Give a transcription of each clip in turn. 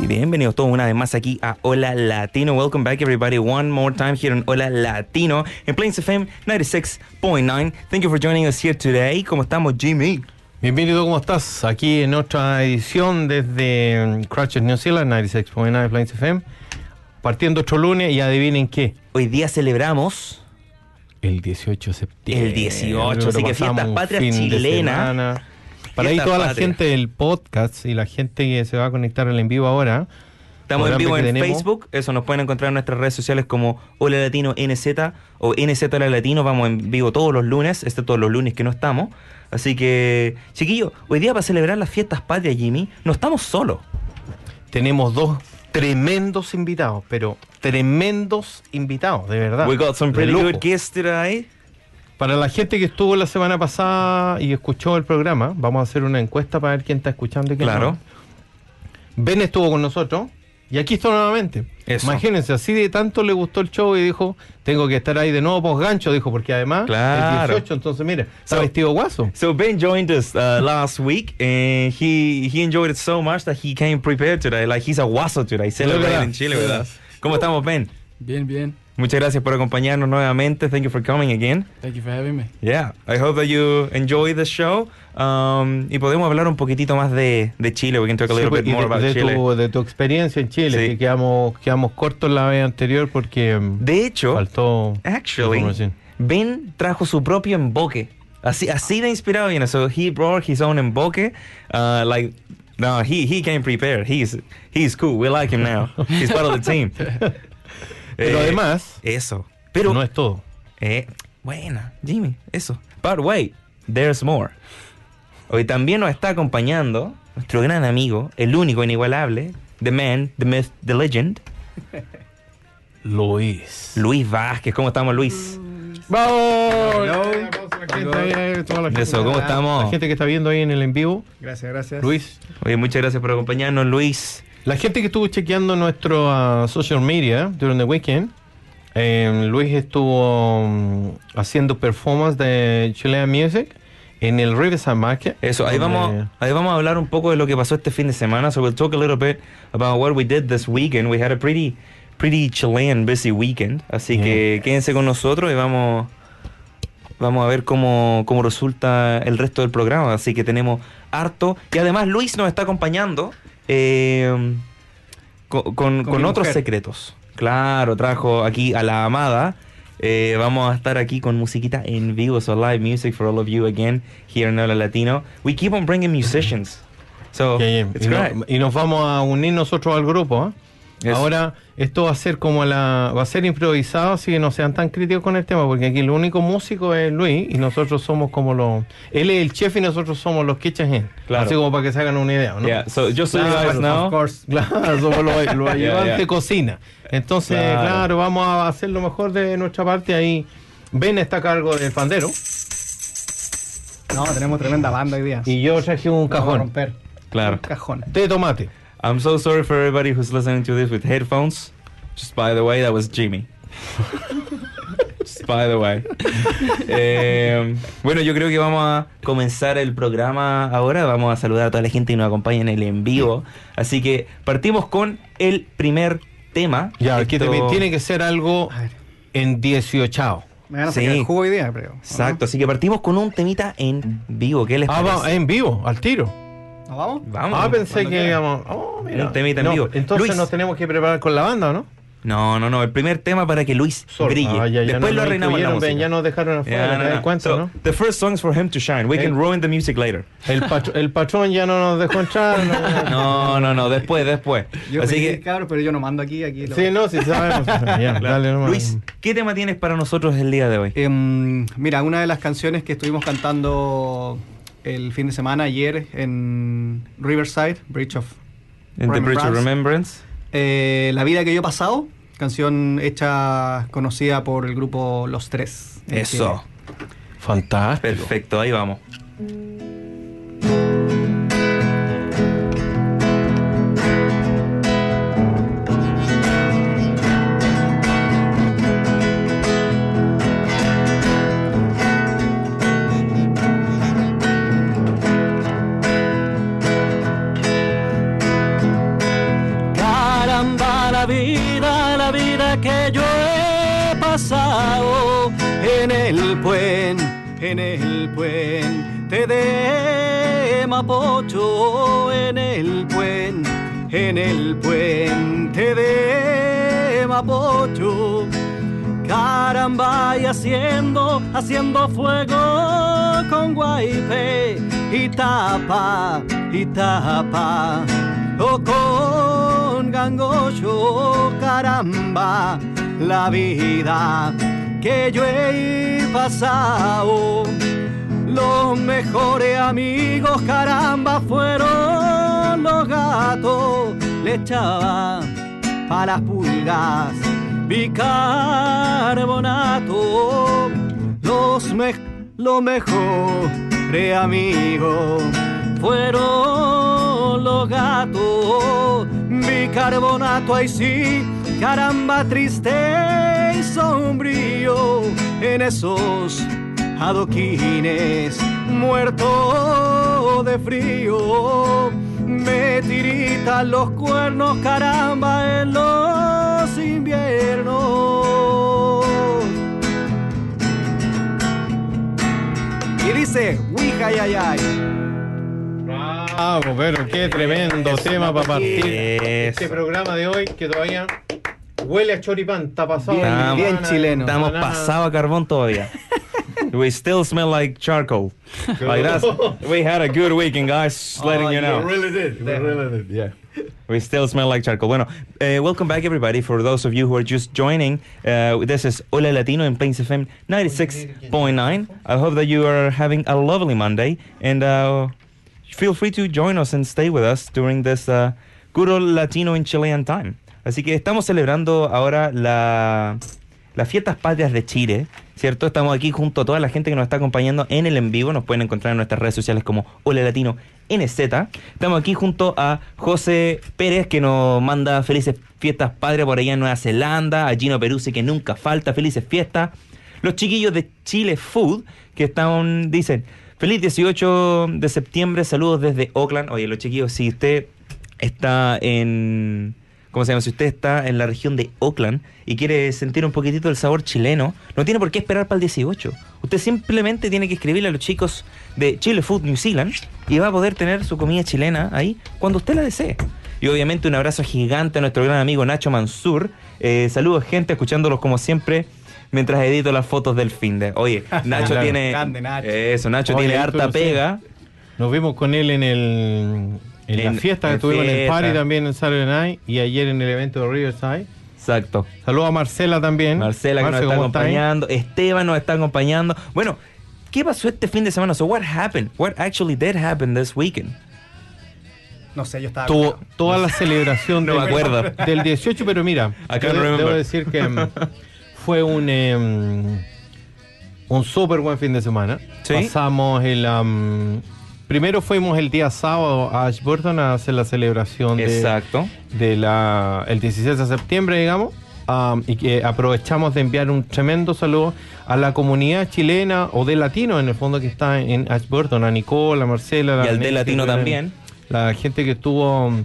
Y bienvenidos todos una vez más aquí a Hola Latino. Welcome back everybody one more time here on Hola Latino in Plains FM 96.9. Thank you for joining us here today. ¿Cómo estamos, Jimmy? Bienvenido, ¿cómo estás? Aquí en otra edición desde mm, Crutches, New Zealand, 96.9 Plains FM. Partiendo otro lunes y adivinen qué. Hoy día celebramos El 18 de septiembre. El 18, así que Pasamos fiestas un patrias fin de chilenas. semana. Para ahí Fiestas toda la patrias. gente del podcast y la gente que se va a conectar al en vivo ahora. Estamos en programa vivo que en tenemos. Facebook, eso nos pueden encontrar en nuestras redes sociales como Hola Latino NZ o NZ Hola Latino, vamos en vivo todos los lunes, excepto los lunes que no estamos. Así que, chiquillo, hoy día para celebrar las fiestas patrias, Jimmy, no estamos solos. Tenemos dos tremendos invitados, pero tremendos invitados, de verdad. We got some De pretty lujo. Ah. good guests today. Para la gente que estuvo la semana pasada y escuchó el programa, vamos a hacer una encuesta para ver quién está escuchando y quién Claro. no. Ben estuvo con nosotros y aquí está nuevamente. Eso. Imagínense, así de tanto le gustó el show y dijo, tengo que estar ahí de nuevo pos gancho, dijo, porque además Claro. el 18, entonces mira, está So- vestido guaso. So Ben joined us uh, last week, and he he enjoyed it so much that he came prepared today. Like he's a guaso today, celebrating in Chile with us. ¿Cómo estamos, Ben? Bien, bien. Muchas gracias por acompañarnos nuevamente. Thank you for coming again. Thank you for having me. Yeah, I hope that you enjoy the show. Um, y podemos hablar un poquitito más de, de Chile. We can talk a Sí, little pues, bit y more de, about de Chile. tu, de tu experiencia en Chile, Sí. que quedamos, quedamos cortos la vez anterior porque mm, De hecho, faltó actually, información. Ben trajo su propio emboque. Así, así de inspirado viene. So he brought his own emboque. Uh, like, no, he, he came prepared. He's, he's cool. We like him now. He's part of the team. Pero Eh, además, Eso. Pero, no es todo. eh, buena, Jimmy, eso. But wait, there's more. Hoy también nos está acompañando nuestro gran amigo, el único inigualable, the man, the myth, the legend, Luis. Luis Vázquez. ¿Cómo estamos, Luis? ¡Vamos! Hello. Un aplauso a la gente ahí, ahí, toda la gente. Eso, ¿cómo La estamos? gente que está viendo ahí en el en vivo, Gracias, gracias. Luis. Oye, muchas gracias por acompañarnos, Luis. La gente que estuvo chequeando nuestro ah, social media durante el weekend, eh, Luis estuvo mm, haciendo performance de Chilean Music en el Riverside Market. Eso, ahí donde- vamos, ahí vamos a hablar un poco de lo que pasó este fin de semana. So we'll talk a little bit about what we did this weekend. We had a pretty, pretty Chilean busy weekend. Así que quédense con nosotros y vamos, vamos a ver cómo, cómo resulta el resto del programa. Así que tenemos harto. Y además Luis nos está acompañando eh, co- con, con mi otros mujer. secretos. Claro, trajo aquí a la amada. Eh, vamos a estar aquí con musiquita en vivo, so live music for all of you again here in Hola Latino. We keep on bringing musicians, so Yeah, yeah. it's y, no- great. y nos vamos a unir nosotros al grupo. ¿ah? Eso. Ahora, esto va a ser como la. Va a ser improvisado, así que no sean tan críticos con el tema, porque aquí el único músico es Luis y nosotros somos como los. Él es el chef y nosotros somos los kitchen hands. Claro. Así como para que se hagan una idea, ¿no? Yeah, so just so you Claro, guys of know, course. Claro, somos los, los ayudantes yeah. cocina. Entonces, Claro. claro. vamos a hacer lo mejor de nuestra parte ahí. Ben está a cargo del pandero No, tenemos tremenda banda hoy día. y yo traje un Vamos a cajón romper. Claro. Un cajón. de tomate. I'm so sorry for everybody who's listening to this with headphones. Just by the way, that was Jimmy. Just by the way. Eh, bueno, yo creo que vamos a comenzar el programa ahora. Vamos a saludar a toda la gente que nos acompaña en el en vivo. Así que partimos con el primer tema. Ya, aquí Esto- también tiene que ser algo A ver. en 18. Me van a Sí. sacar el jugo hoy día, creo. ¿o no? Exacto, así que partimos con un temita en vivo. ¿Qué les Ah, parece? va- en vivo, al tiro. ¿Nos vamos? Vamos. ah, pensé cuando que quiera. íbamos. Oh, mira. Un temita en No, vivo. Entonces Luis. nos tenemos que preparar con la banda, ¿no? No, no, no. El primer tema para que Luis brille. Ah, ya, ya Después no lo nos arruinamos la incluyeron, música. ven, Ya nos dejaron afuera, Yeah, te das cuenta, So, ¿no? The first song's for him to shine. We can Eh. ruin the music later. El, patr- el patrón ya no nos dejó entrar. no. No, no, no, después, después. Yo Así feliz, que, cabros, pero yo no mando aquí. aquí lo- Sí, no, sí sabemos. Ya, dale nomás. Luis, ¿qué tema tienes para nosotros el día de hoy? Em, mira, una de las canciones que estuvimos cantando el fin de semana ayer en Riverside, Bridge of In the Bridge of Remembrance. Eh, La vida que yo he pasado, canción hecha conocida por el grupo Los Tres. en Eso. Chile. Fantástico. Perfecto, ahí vamos. Caramba, la vida, la vida que yo he pasado en el puen, en el puen, te de Mapocho, en el puen, en el puen, te de Mapocho. Caramba, y haciendo, haciendo fuego con guaype y tapa, y tapa, o con gangocho, caramba, la vida que yo he pasado. Los mejores amigos, caramba, fueron los gatos, le echaba para las pulgas, bicarbonato, los me lo mejor, re amigo, fueron los gatos, bicarbonato, ahí sí, caramba triste y sombrío, en esos adoquines muerto de frío. Me tiritan los cuernos, caramba, en los inviernos. Y dice, "Uija, ay, ay, ay. Bravo, pero qué tremendo tema para partir este Eso. programa de hoy que todavía huele a choripán, está pasado. Bien, de bien banana, chileno. Estamos banana. pasado a carbón todavía. We still smell like charcoal. Like that's, we had a good weekend, guys. Just letting you know. We really did, we really did, yeah. We still smell like charcoal. Bueno, eh, welcome back, everybody. For those of you who are just joining, uh, this is Hola Latino in Plains FM 96.9. I hope that you are having a lovely Monday and uh, feel free to join us and stay with us during this uh, good old Latino in Chilean time. Así que estamos celebrando ahora la, las fiestas patrias de Chile, ¿cierto? Estamos aquí junto a toda la gente que nos está acompañando en el en vivo. Nos pueden encontrar en nuestras redes sociales como Hola Latino NZ. Estamos aquí junto a José Pérez, que nos manda felices fiestas patrias por allá en Nueva Zelanda. A Gino Peruzzi, que nunca falta. Felices fiestas. Los chiquillos de Chile Food, que están, dicen, feliz 18 de septiembre, saludos desde Oakland. Oye, los chiquillos, si usted está en... ¿Cómo se llama? Si usted está en la región de Oakland y quiere sentir un poquitito el sabor chileno, no tiene por qué esperar para el 18. Usted simplemente tiene que escribirle a los chicos de Chile Food New Zealand y va a poder tener su comida chilena ahí cuando usted la desee. Y obviamente un abrazo gigante a nuestro gran amigo Nacho Mansur. Eh, saludos gente, escuchándolos como siempre mientras edito las fotos del fin de. Oye, Nacho Claro. tiene... Grande, Nacho. Eso, Nacho Oye, tiene Arturo, harta sí. pega. Nos vimos con él en el en, En- la fiesta que en tuvimos en el fiesta. party también en Saturday Night y ayer en el evento de Riverside. Exacto. Saludos a Marcela también. Marcela que nos Marce, está ¿cómo ahí? acompañando, Esteban nos está acompañando. Bueno, ¿qué pasó este fin de semana? So what happened? What actually did happen this weekend? No sé, yo estaba. Tuvo toda la celebración No del, me acuerdo. del 18, pero mira, I yo can't de- remember. debo decir que mm, fue un em, un súper buen fin de semana. Sí. Pasamos el am, primero fuimos el día sábado a Ashburton a hacer la celebración de, Exacto. de la el 16 de septiembre, digamos. am, y que aprovechamos de enviar un tremendo saludo a la comunidad chilena o de latino en el fondo que está en Ashburton, a Nicole, a Marcela, Y al de Nancy, latino la- también. la gente que estuvo mm,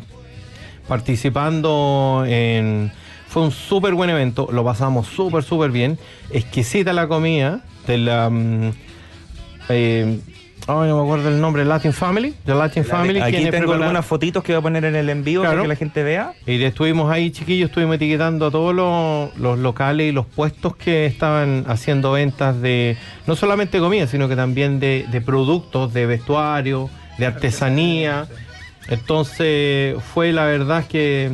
participando en... Fue un súper buen evento, lo pasamos súper, súper bien. Exquisita la comida de la... mm, eh, ay, no me acuerdo el nombre, Latin Family. De Latin Family. Aquí quienes tengo preparan- algunas fotitos que voy a poner en el envío para Claro. que la gente vea. Y estuvimos ahí, chiquillos, estuvimos etiquetando a todos los, los locales y los puestos que estaban haciendo ventas de, no solamente comida, sino que también de, de productos, de vestuario, de artesanía. Entonces, fue la verdad que...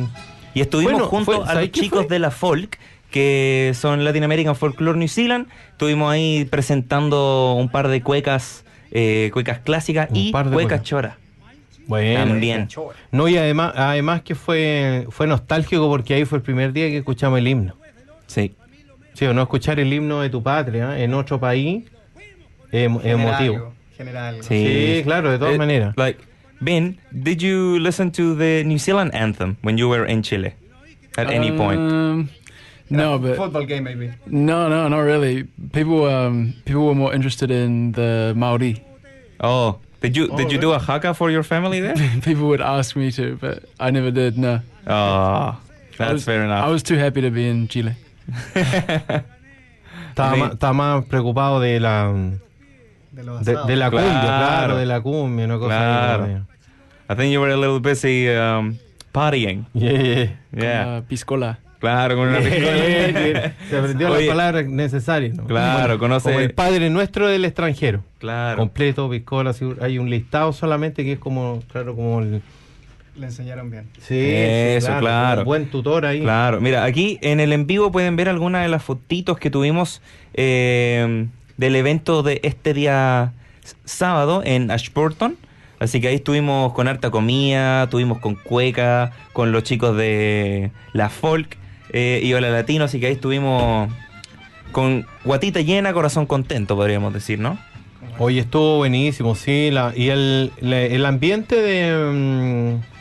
Y estuvimos Bueno, junto fue- a los ¿sabes qué chicos fue? de la folk que son Latin American Folklore New Zealand. Estuvimos ahí presentando un par de cuecas, eh, cuecas clásicas Un y par de cuecas cuecas. choras. Bueno. También. No, y además, además que fue, fue nostálgico porque ahí fue el primer día que escuchamos el himno. Sí. Sí, o no escuchar el himno de tu patria ¿eh? en otro país es es emotivo. General. Sí. Sí, claro, de todas Eh, maneras. Like, Ben, did you listen to the New Zealand anthem when you were in Chile? At any point? Um, no, Eh, but Football game, maybe. no, no, not really. People, um, people were more interested in the Maori. Oh, did you did you do a haka for your family there? People would ask me to, but I never did. No, Oh, I that's was- fair I enough. was too happy to be in Chile. Estaba, Sí. más, estaba más preocupado de la De los de, asados. de la cumbia, Claro. claro, de la cumbia, una cosa Claro. ahí, ¿no? I think you were a little busy um, partying. Yeah, yeah. Yeah. Uh, piscola. Claro, con una piscola. Se aprendió las Oye, palabras necesarias. ¿no? Claro, Como el conoce. padre nuestro del extranjero. Claro. Completo, piscola, así, hay un listado solamente que es como, claro, como el... Le enseñaron bien. Sí, Eso, claro. Un buen tutor ahí. Claro, mira, aquí en el en vivo pueden ver algunas de las fotitos que tuvimos eh, del evento de este día s- sábado en Ashburton. Así que ahí estuvimos con harta comida, estuvimos con Cueca, con los chicos de La Folk eh, y Hola Latino. Así que ahí estuvimos con guatita llena, corazón contento, podríamos decir, ¿no? Hoy estuvo buenísimo, sí, la- y el, la- el ambiente de mm,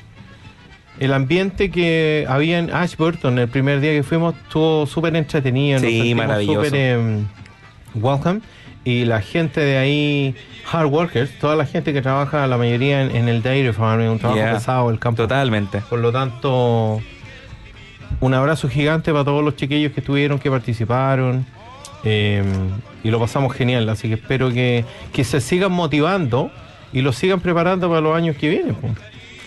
el ambiente que había en Ashburton el primer día que fuimos estuvo súper entretenido, Sí, sentimos maravilloso. súper em, welcome y la gente de ahí hard workers, toda la gente que trabaja la mayoría en, en el dairy farm, en un trabajo Yeah. pesado el campo. Totalmente. Por lo tanto, un abrazo gigante para todos los chiquillos que estuvieron, que participaron. eh, y lo pasamos genial, así que espero que, que se sigan motivando y los sigan preparando para los años que vienen. po.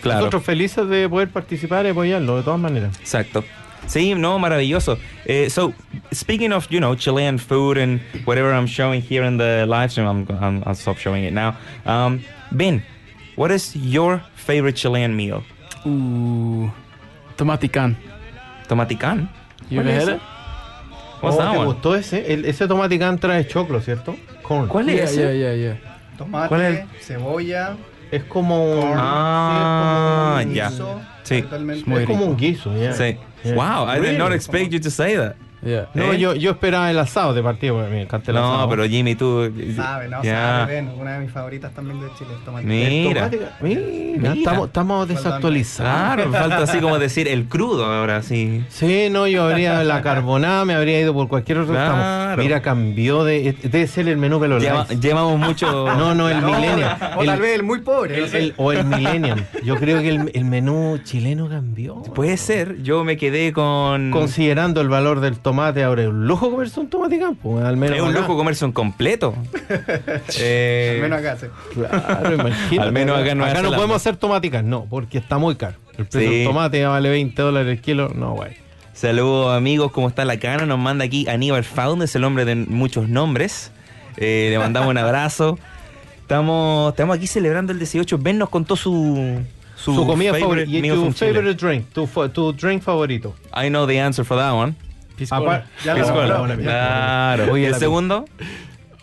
Claro. Nosotros felices de poder participar y apoyarlo de todas maneras. Exacto. Sí, no, maravilloso. Eh, so, speaking of, you know, Chilean food and whatever I'm showing here in the live stream, I'm, I'm, I'll stop showing it now. Um, ben, what is your favorite Chilean meal? Ooh, tomatican. Tomatican? You ever had it? What's Oh, that ¿Te one? gustó ese? El- ese tomate cantra es choclo, ¿cierto? Corn. ¿Cuál Yeah, es yeah, ese? yeah, yeah. Tomate, ¿Cuál es cebolla, Es como un, Ah, sí, ya. es como un guiso. guiso, Sí. totalmente. Muy Es como un guiso, ya. Say, Yeah. wow, I did not Really? expect you to say that. Yeah. No, ¿Eh? yo, yo esperaba el asado de partido, porque me encanta el No, asado. pero Jimmy, tú... Sabe, no, Yeah. sabe, ven, una de mis favoritas también de Chile, tomate. Eh, Mi- Mira. El tomate- mira, Mira. Estamos, estamos desactualizados. Claro, falta así como decir el crudo ahora, sí. Sí, no, yo habría la carbonada, me habría ido por cualquier otro Claro. restaurante. Mira, cambió de. este Debe ser el menú que lo Lleva- likes. llevamos mucho... No, no, el No, millennial. O El- tal vez el muy pobre. no el- sé. el- o el millennium. Yo creo que el, el menú chileno cambió. Puede ser, yo me quedé con... Considerando el valor del tomate, ahora es un lujo comerse un tomate campo. Al menos Es un acá. lujo comerse un completo. Eh, Al menos acá, sí. Claro, imagínate. Al menos acá en Nueva Zelanda. podemos hacer tomáticas, no, porque está muy caro. El precio Sí. del tomate ya vale 20 dólares el kilo. No, güey. Saludos amigos, ¿cómo está la cana? Nos manda aquí Aníbal Faundes, el hombre de muchos nombres. Eh, le mandamos un abrazo. Estamos, estamos aquí celebrando el 18. Ben nos contó su, Su, comida favorite favorita. Y meal tu from Chile. favorite drink. Tu, fa- tu drink favorito. I know the answer for that one. Apar- Piscola. ya lo Piscola. hablamos, ya. Claro. Oye, ¿Y el la- segundo?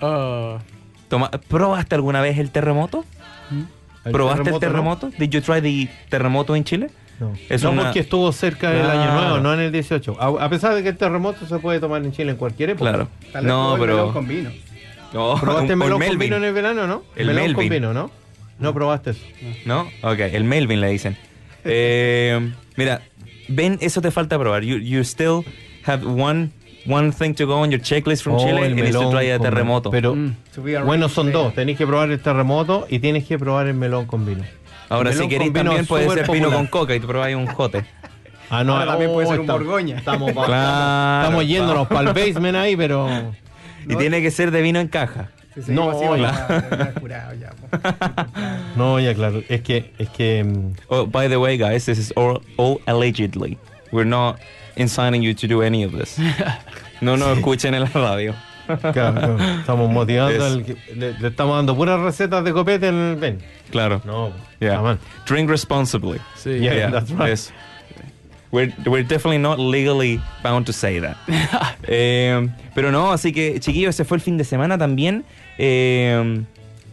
Oh, Toma- ¿Probaste alguna vez el terremoto? ¿Probaste el terremoto? ¿Did you try the terremoto en Chile? No, No. Es No, una- porque estuvo cerca del Claro. año nuevo, no en el 18. A, a pesar de que el terremoto se puede tomar en Chile en cualquier época. Claro. Tal vez No, todo el melón pero... Con vino. No, ¿Probaste un- el un melón con Melvin. vino en el verano, no? El melón Melvin. Mm. con vino, ¿no? No probaste eso. ¿No? Ok, el Melvin le dicen. Eh, mira, Ben, eso te falta probar. You, you still have one, one thing to go on your checklist from Oh, Chile el and it's to melón try a con- terremoto. Pero, Mm. To be a bueno, rich son man. dos. Tenés que probar el terremoto y tienes que probar el melón con vino. Ahora, el si melón queréis con vino también es puede súper ser vino popular. con coca y tú probáis un jote. Ah, no, Ahora también puede ser un estamos- Borgoña. Estamos, Claro. estamos yéndonos para el basement ahí, pero. Y tiene que ser de vino en caja. Si seguimos No, así, vamos ya. a terminar curados ya, po. No, ya claro. Es que, es que. mm, Oh, by the way, guys, this is all, all allegedly. We're not inciting you to do any of this. No nos escuchen en la radio. Claro, estamos motivando, Es- al que- le, le estamos dando puras recetas de copete al Ben. Claro. No, Yeah. jamás. Drink responsibly. sí. Yeah. Yeah, that's right. yes. We're, we're definitely not legally bound to say that. Eh, pero no, así que, chiquillos, ese fue el fin de semana también. Eh,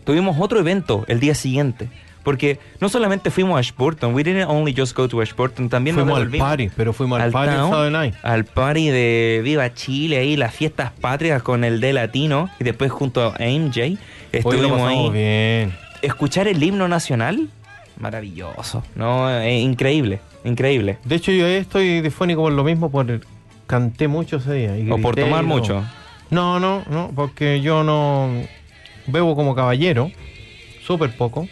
tuvimos otro evento el día siguiente. Porque no solamente fuimos a Ashburton, we didn't only just go to Ashburton, también nos fuimos al devolvimos party, pero fuimos al, party town, el sábado night. al party de Viva Chile, ahí las fiestas patrias con el de latino y después junto a MJ Hoy lo estuvimos ahí. pasamos bien. Escuchar el himno nacional, maravilloso, no, Eh, increíble, increíble. De hecho, yo ahí estoy difónico por lo mismo, por el- canté mucho ese día. y O por grité, tomar no. mucho. No, no, no, porque yo no bebo como caballero, súper poco.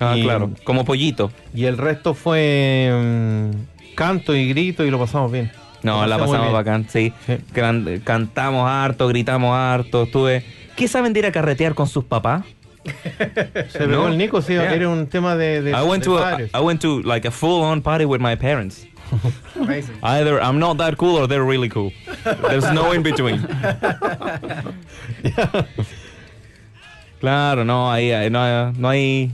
Ah, Y- claro, como pollito. Y el resto fue mm, canto y grito y lo pasamos bien. No, Lo la pasamos pasamos bien. bacán, sí. Sí. Gran- cantamos harto, gritamos harto, estuve... ¿Qué saben de ir a carretear con sus papás? Se pegó el Nico, sí, Yeah. era un tema de, de, I went de to a, padres. I went to like a full on party with my parents. Either I'm not that cool or they're really cool. There's no in between. claro, no hay, hay- no, hay- no hay.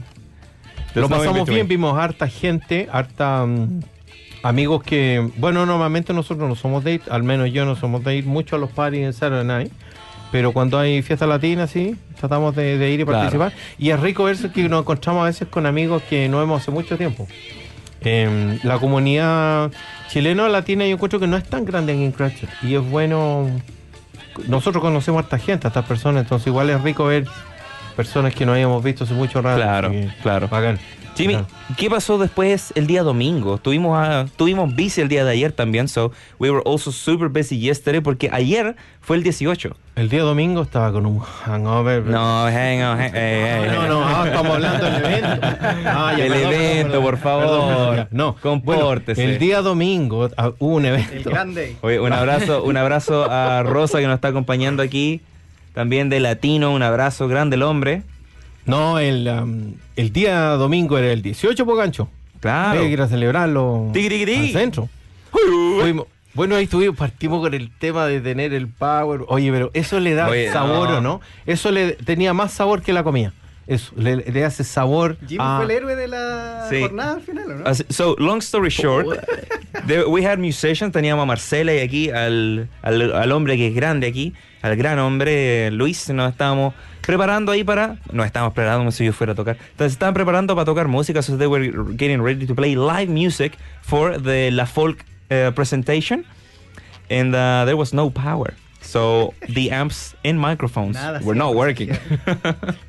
Lo there's no in pasamos between. bien, vimos harta gente, harta mm, amigos que, bueno, normalmente nosotros no somos de ir, al menos yo no somos de ir mucho a los parties en Saturday Night, pero cuando hay fiesta latina, sí, tratamos de, de ir y Claro. participar. Y es rico ver que nos encontramos a veces con amigos que no vemos hace mucho tiempo. Em, la comunidad chilena latina yo encuentro que no es tan grande en Crutcher y es bueno nosotros conocemos a esta gente, a estas personas, entonces igual es rico ver personas que no habíamos visto hace mucho rato. Claro, así que claro. bacán. Jimmy, Bacán. ¿qué pasó después el día domingo? Tuvimos, a- tuvimos busy el día de ayer también, so we were also super busy yesterday porque ayer fue el 18. El día domingo estaba con un hangover. No, hang on, hang- eh, eh, no, no, ah, estamos hablando del evento. Ah, ya, El perdón, evento, perdón, por favor. perdón, perdón, ya. no, Compórtese. bueno, el día domingo ah, hubo un evento. El grande. Oye, un abrazo, un abrazo a Rosa que nos está acompañando aquí. También de Latino, un abrazo grande el hombre. No, el, am, el día domingo era el 18 por gancho. Claro. Hay que ir a celebrarlo Tiquitiquití. al centro. Fuimos- bueno, ahí estuvimos, partimos con el tema de tener el power. Oye, pero eso le da Oye, sabor, no. ¿o no? Eso le tenía más sabor que la comida. Eso, le, le hace sabor Jimmy a- fue el héroe de la Ah. Sí. jornada al final, ¿o no? Así- So, long story short, there- we had musicians, teníamos a Marcela y aquí al, al, al hombre que es grande aquí, al gran hombre eh, Luis, nos estábamos preparando ahí para, no estábamos preparando como si yo fuera a tocar, entonces estaban preparando para tocar música, so they were getting ready to play live music for the La Folk eh, presentation, and uh, there was no power. So the amps and microphones Nada, were sí, not sí, working.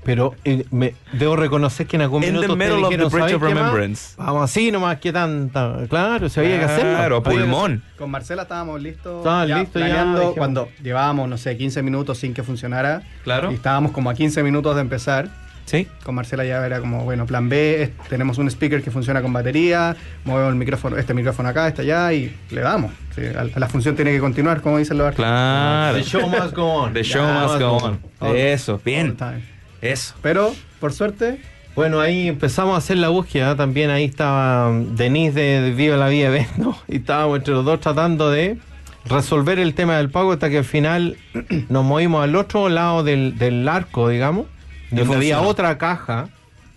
Pero eh, me- debo reconocer que en algún In the minuto ustedes middle of the dijeron, bridge "¿Sabes of qué más? remembrance". Vamos así nomás que tanta. Claro, se había que hacerlo. Claro, a Había que- pulmón. Con Marcela estábamos listos. Estaban listos ya, planeando dijimos. cuando llevábamos, no sé, 15 minutos sin que funcionara. Claro. Y estábamos como a 15 minutos de empezar. Sí. Con Marcela ya era como, bueno, plan B, es- tenemos un speaker que funciona con batería, movemos el micrófono, este micrófono acá, este allá, y le damos. Sí, a- a la función tiene que continuar, como dicen los artistas. Claro. The show must go on. The show Ya, must go on. All- Eso, bien. all the time. Eso. Pero, por suerte, Bueno, ahí empezamos a hacer la búsqueda. También ahí estaba mm, Denise de, de Viva la Vida Evento. Y estábamos entre los dos tratando de resolver el tema del pago hasta que al final nos movimos al otro lado del, del arco, digamos. Donde había funcionó. otra caja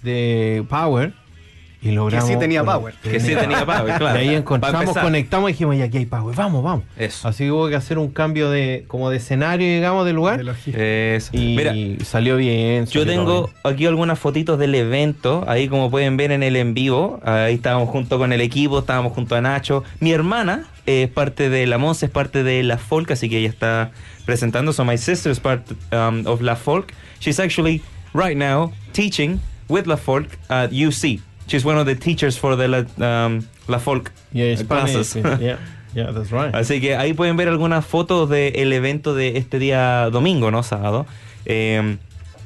de Power. Y logramos. sí tenía power. Que sí tenía power, claro. Y ahí Pa' encontramos, empezar. conectamos y dijimos, ya aquí hay power, vamos, vamos. Eso. Así que hubo que hacer un cambio de, como de escenario, digamos, de lugar. de Eh. logística. Eso. Y Mira, salió bien. yo salió tengo bien. aquí algunas fotitos del evento. Ahí, como pueden ver en el en vivo, ahí estábamos junto con el equipo, estábamos junto a Nacho. Mi hermana eh, es parte de la Monza, es parte de la Folk, así que ella está presentando. So, my sister is part um, of la Folk. She's actually right now teaching with la Folk at UC. She's one of the teachers for the la, um, la Folk Yeah, uh, it's classes. Spanish, yeah, yeah, that's right. Así que ahí pueden ver algunas fotos del evento de este día domingo, ¿no? Sábado. Eh,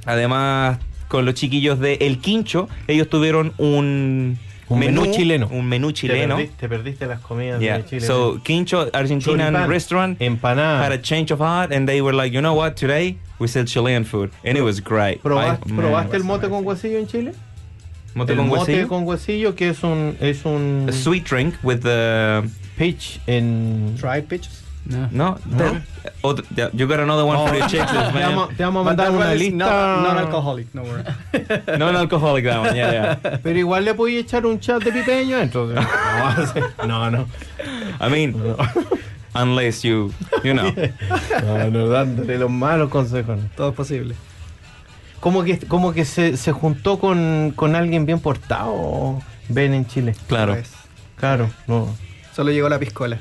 además, con los chiquillos de El Quincho, ellos tuvieron un, Un menú chileno. Un menú chileno. Te perdiste, te perdiste las comidas Yeah. de Chile. So, Quincho Argentinian Choripán, restaurant empanada. had a change of heart and they were like, you know what, today we said Chilean food. And it was great. ¿Probaste, I- man. probaste el mote con huesillo en Chile? Mote el con mote huesillo? con huesillo que es un es un A sweet drink with the... peach en Try pitches. No. No, that- other- yeah, you got another one for your checklist, Te man. vamos, te vamos a mandar una lista. No alcoholic, no worry. No an alcoholic that one, yeah, yeah. Pero igual le podía echar un chat de pipeño entonces. No, no. I mean, unless you, you know. No, no, dándole los malos consejos. Todo es posible. como que, como que se, se juntó con, con alguien bien portado, Ben en Chile. Claro. Pues, Claro, no. solo llegó la piscola.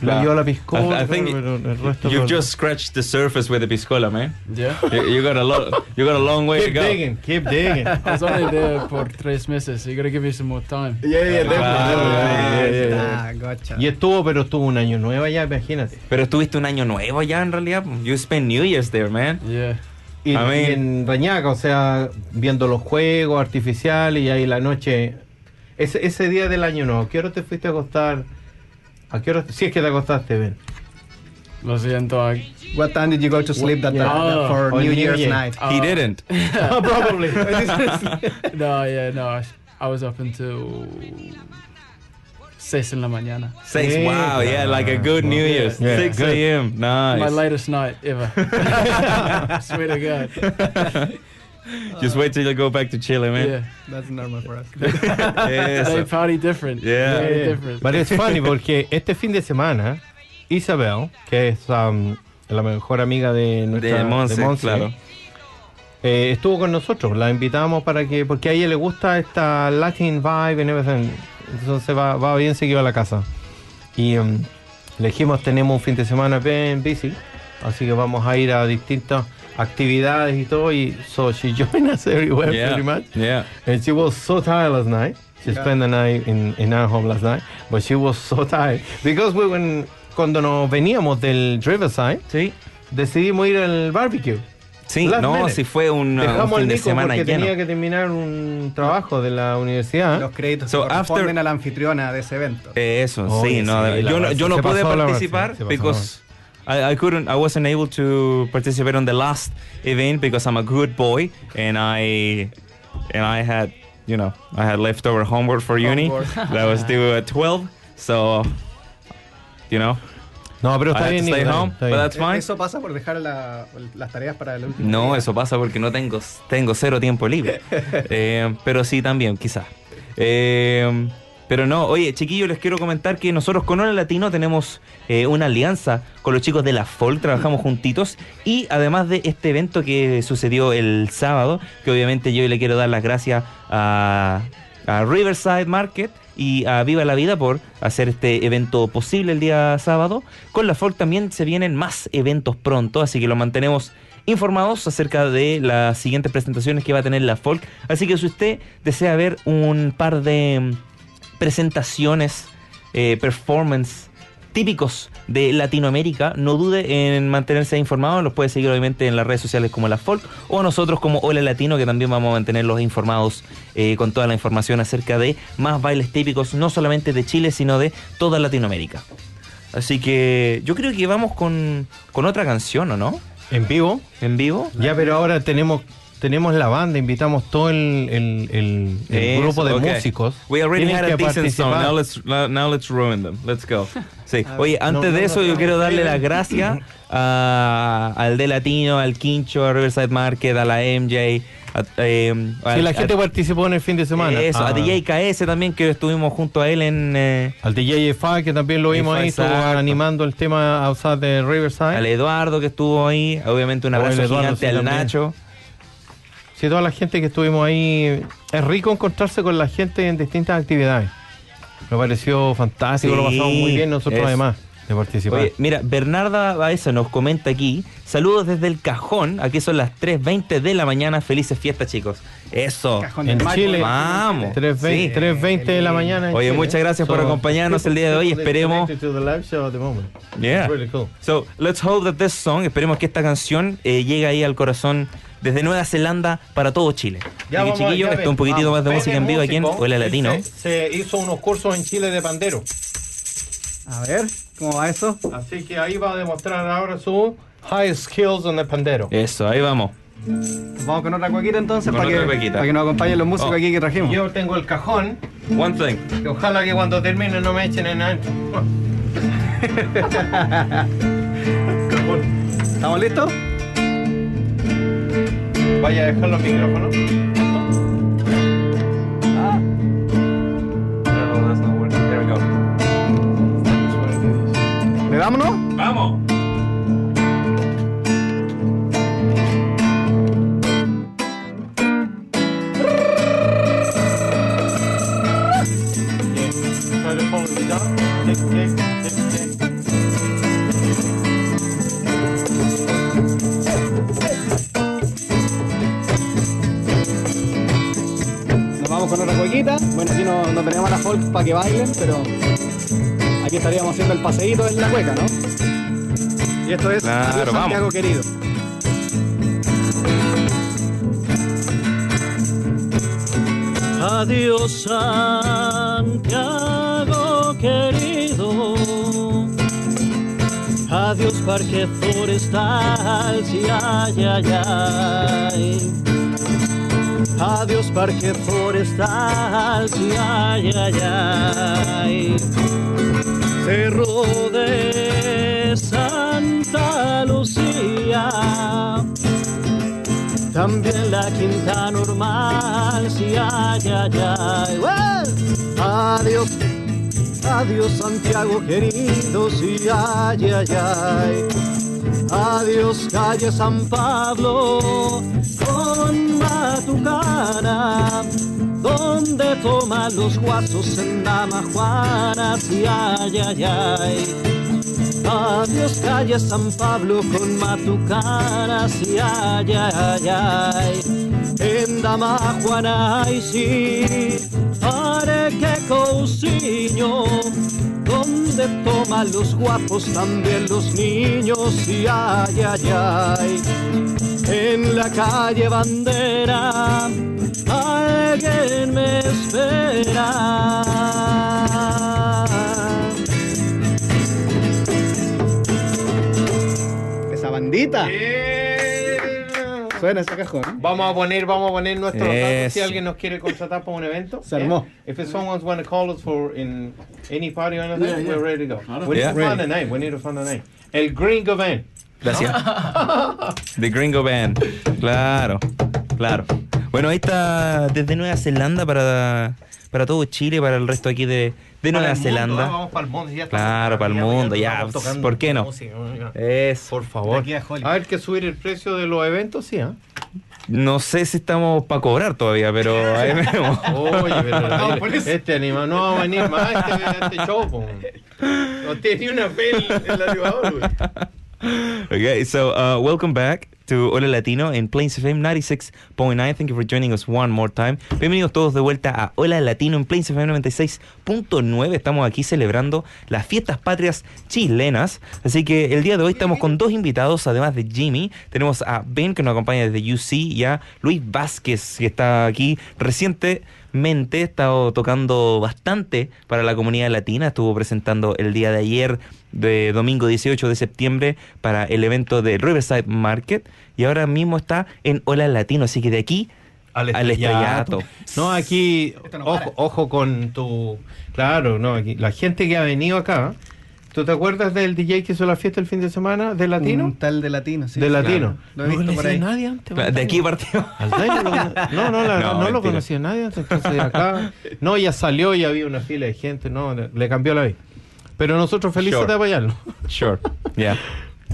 Lo Claro. llevó la I, piscola, I think pero el resto you've no. just scratched the surface with the piscola, man. Yeah. You, you got a lot. You got a long way to Keep go. digging, keep digging. I was only there for tres meses, so you gotta give me some more time. Ah, yeah, yeah, yeah. Ah, gotcha. Y estuvo, pero estuvo un año nuevo allá, imagínate. Pero estuviste un año nuevo allá en realidad. You spent New Year's there, man. Yeah. Y, A mí- y en Reñaca, o sea, viendo los juegos artificiales y ahí la noche. Ese, ese día del año nuevo, ¿a qué hora te fuiste a acostar? ¿A qué hora? Si es que te acostaste, Ben. Lo siento. I, What time did you go to sleep that Yeah. night for Oh, New New Year's Year. night? He uh, didn't. Probably. No, yeah, no. I, I was up until seis in la mañana. Six. Yeah. Wow. Yeah, like a good New Year's. Yeah. Six Good. a.m. Nice. My latest night ever. Swear to God. Just wait till you go back to Chile, man. Yeah. That's normal for us. They Eso. party different. Yeah. Very Yeah. different. But it's funny porque este fin de semana, Isabel, que es um, la mejor amiga de nuestra De Monse, de Monse, claro. eh, estuvo con nosotros. La invitamos para que, porque a ella le gusta esta Latin vibe and everything. Entonces va, va bien seguido a la casa. Y um, le dijimos, tenemos un fin de semana bien busy, así que vamos a ir a distintas actividades y todo. Y so she joined us everywhere Yeah. eh, pretty much. Yeah. And she was so tired last night. She Yeah. spent the night in, in our home last night, but she was so tired. Because we went, cuando nos veníamos del Riverside, Sí. decidimos ir al barbecue. Sí, Last no, minute. si fue un, un Dejamos al fin de Nico semana porque lleno. tenía que terminar un trabajo de la universidad. Los créditos So so corresponden after- a la anfitriona de ese evento. Eh, Eso, Oh, sí, sí, no, la yo no, verdad, yo sí, no se pude pasó la participar verdad, sí, se pasó because I, I couldn't, I wasn't able to participate on the last event because I'm a good boy and I, and I had, you know, I had leftover homework for uni Homework. that was due at 12, so, you know, no, pero I está had to bien, Nico, stay está home, bien, está but bien. that's fine. Eso pasa por dejar la- las tareas para el último. No, día. eso pasa porque no tengo, tengo cero tiempo libre. Eh, pero sí, también, quizás. Eh, pero no, oye, chiquillos, les quiero comentar que nosotros con Hola Latino tenemos eh, una alianza con los chicos de la FOL, trabajamos juntitos. Y además de este evento que sucedió el sábado, que obviamente yo le quiero dar las gracias a, a Riverside Market y a Viva la Vida por hacer este evento posible el día sábado. Con la FOL también se vienen más eventos pronto, así que lo mantenemos informados acerca de las siguientes presentaciones que va a tener la Folk. Así que si usted desea ver un par de mm, presentaciones, eh, performance típicos de Latinoamérica, no dude en mantenerse informado. Los puede seguir obviamente en las redes sociales como la Folk o nosotros como Hola Latino, que también vamos a mantenerlos informados eh, con toda la información acerca de más bailes típicos, no solamente de Chile, sino de toda Latinoamérica. Así que yo creo que vamos con, con otra canción, ¿o no? En vivo. ¿En vivo? Ya, pero ahora tenemos tenemos la banda, invitamos todo el, el- el- el Eso, grupo de okay. músicos. We already Tienen had a que decent song. participar. Now let's, now let's ruin them. Let's go. Sí. Oye, no, antes no, de no, eso, yo no. quiero darle las gracias a- al De Latino, al Quincho, a Riverside Market, a la MJ. A, em, Sí, al- la a- gente participó en el fin de semana. Eso, a Ah. DJ KS también, que estuvimos junto a él en. eh, Al DJ FA, que también lo vimos Efa, ahí, estuvo exacto. animando el tema outside de al Riverside. Eduardo, que estuvo ahí. Obviamente, un Oh, el abrazo ¿Ah? Eduardo, gigante sí, al también. Nacho. Sí, toda la gente que estuvimos ahí. Es rico encontrarse con la gente en distintas actividades. Me pareció fantástico, Sí, lo pasamos muy bien nosotros eso. además de participar. Oye, mira, Bernarda Baeza nos comenta aquí. Saludos desde el cajón. Aquí son las 3.20 de la mañana. Felices fiestas, chicos. Eso. Cajón en del Maco. Chile, Vamos. Sí. 3.20 3.20 de la mañana. en Oye, Chile. muchas gracias por acompañarnos el día de hoy, esperemos- Connected to the live show at the moment. Yeah. It's really cool. So, let's hope that this song, esperemos que esta canción eh, llegue ahí al corazón desde Nueva Zelanda para todo Chile. Ya Así que vamos, chiquillos, ya esto es ven. un poquitito Vamos. más de Ben música es en vivo aquí en músico, Hola él Latino. Se, se hizo unos cursos en Chile de pandero. A ver, ¿cómo va eso? Así que ahí va a demostrar ahora su high skills en el pandero. Eso, ahí vamos. Vamos con otra cuequita entonces Con para otra que, cuequita. para que nos acompañen los músicos Oh. aquí que trajimos. Yo tengo el cajón, One thing. que ojalá que cuando termine no me echen en ancho. Cajón. ¿Estamos listos? Vaya a dejar los micrófonos. ¿Le dámonos? Vamos. Vamos. musiquita. Bueno, aquí no, no tenemos a la folk para que bailen, pero aquí estaríamos haciendo el paseíto en la cueca, ¿no? Y esto es Claro, Adiós, vamos. Santiago querido. Adiós Santiago querido. Adiós Parque Forestal, sí, ay, ay, ay. Adiós Parque Forestal, sí, ay, ay, ay. Cerro de Santa Lucía también la quinta normal, sí, ay, ay, ay. ¡Ué! Adiós, adiós Santiago querido, sí, ay, ay, ay. Adiós calle San Pablo, con Matucana, donde toman los guasos en Damajuana, sí, ay, ay, ay. Adiós calle San Pablo con matucanas y ay, ay, ay. En Damajuana ay, sí, Parque Cousiño, donde toman los guapos también los niños y ay, ay, ay. En la calle Bandera, alguien me espera. Esa bandita. Suena ese cajón. ¿eh? Eh, Vamos a poner, vamos a poner nuestros datos si Eso. alguien nos quiere contratar para un evento. Se armó. Yeah. If someone wants to call us for in any party or anything, Yeah, yeah. we're ready to go. We need Yeah. to find a name. We need to find a name. El Gringo Van. Gracias. The Gringo Band. Claro, claro. Bueno, ahí está desde Nueva Zelanda para, para todo Chile, para el resto aquí de, de Para Nueva el mundo, Zelanda. ah, Vamos para el mundo. Ya Claro, para el mundo, ya, estamos pues, tocando ¿por qué no? Eh, música, ya. Es- Por favor. Aquí a Hollywood. A ver que subir el precio de los eventos, sí, ¿ah? No sé si estamos para cobrar todavía, pero ahí vemos. Oye, pero No, por eso. este animal no va a venir más a este, a este show, po. No tiene una fe en el animador, güey. okay, so uh, welcome back to Hola Latino en Plains FM 96.9. Thank you for joining us one more time. Bienvenidos todos de vuelta a Hola Latino en Plains FM 96.9. Estamos aquí celebrando las fiestas patrias chilenas. Así que el día de hoy estamos con dos invitados, además de Jimmy. Tenemos a Ben que nos acompaña desde UC y a Luis Vázquez que está aquí recientemente. Ha estado tocando bastante para la comunidad latina. Estuvo presentando el día de ayer de domingo 18 de septiembre para el evento de Riverside Market y ahora mismo está en Hola Latino, así que de aquí al estrellato. No, aquí, Esto no para. ojo, ojo con tu. Claro, no, aquí. La gente que ha venido acá. ¿Tú te acuerdas del DJ que hizo la fiesta el fin de semana? ¿Del latino? Mm, Un tal de latino, sí. de latino. Lo he visto por ahí. nadie antes. de aquí partió. Aldair lo cono- No, no, la- No, no lo mentira. conocía nadie antes. Entonces acá. No, ya salió y había una fila de gente. No, le, le cambió la vida. Pero nosotros felices Sure. de apoyarlo. Sure. Yeah.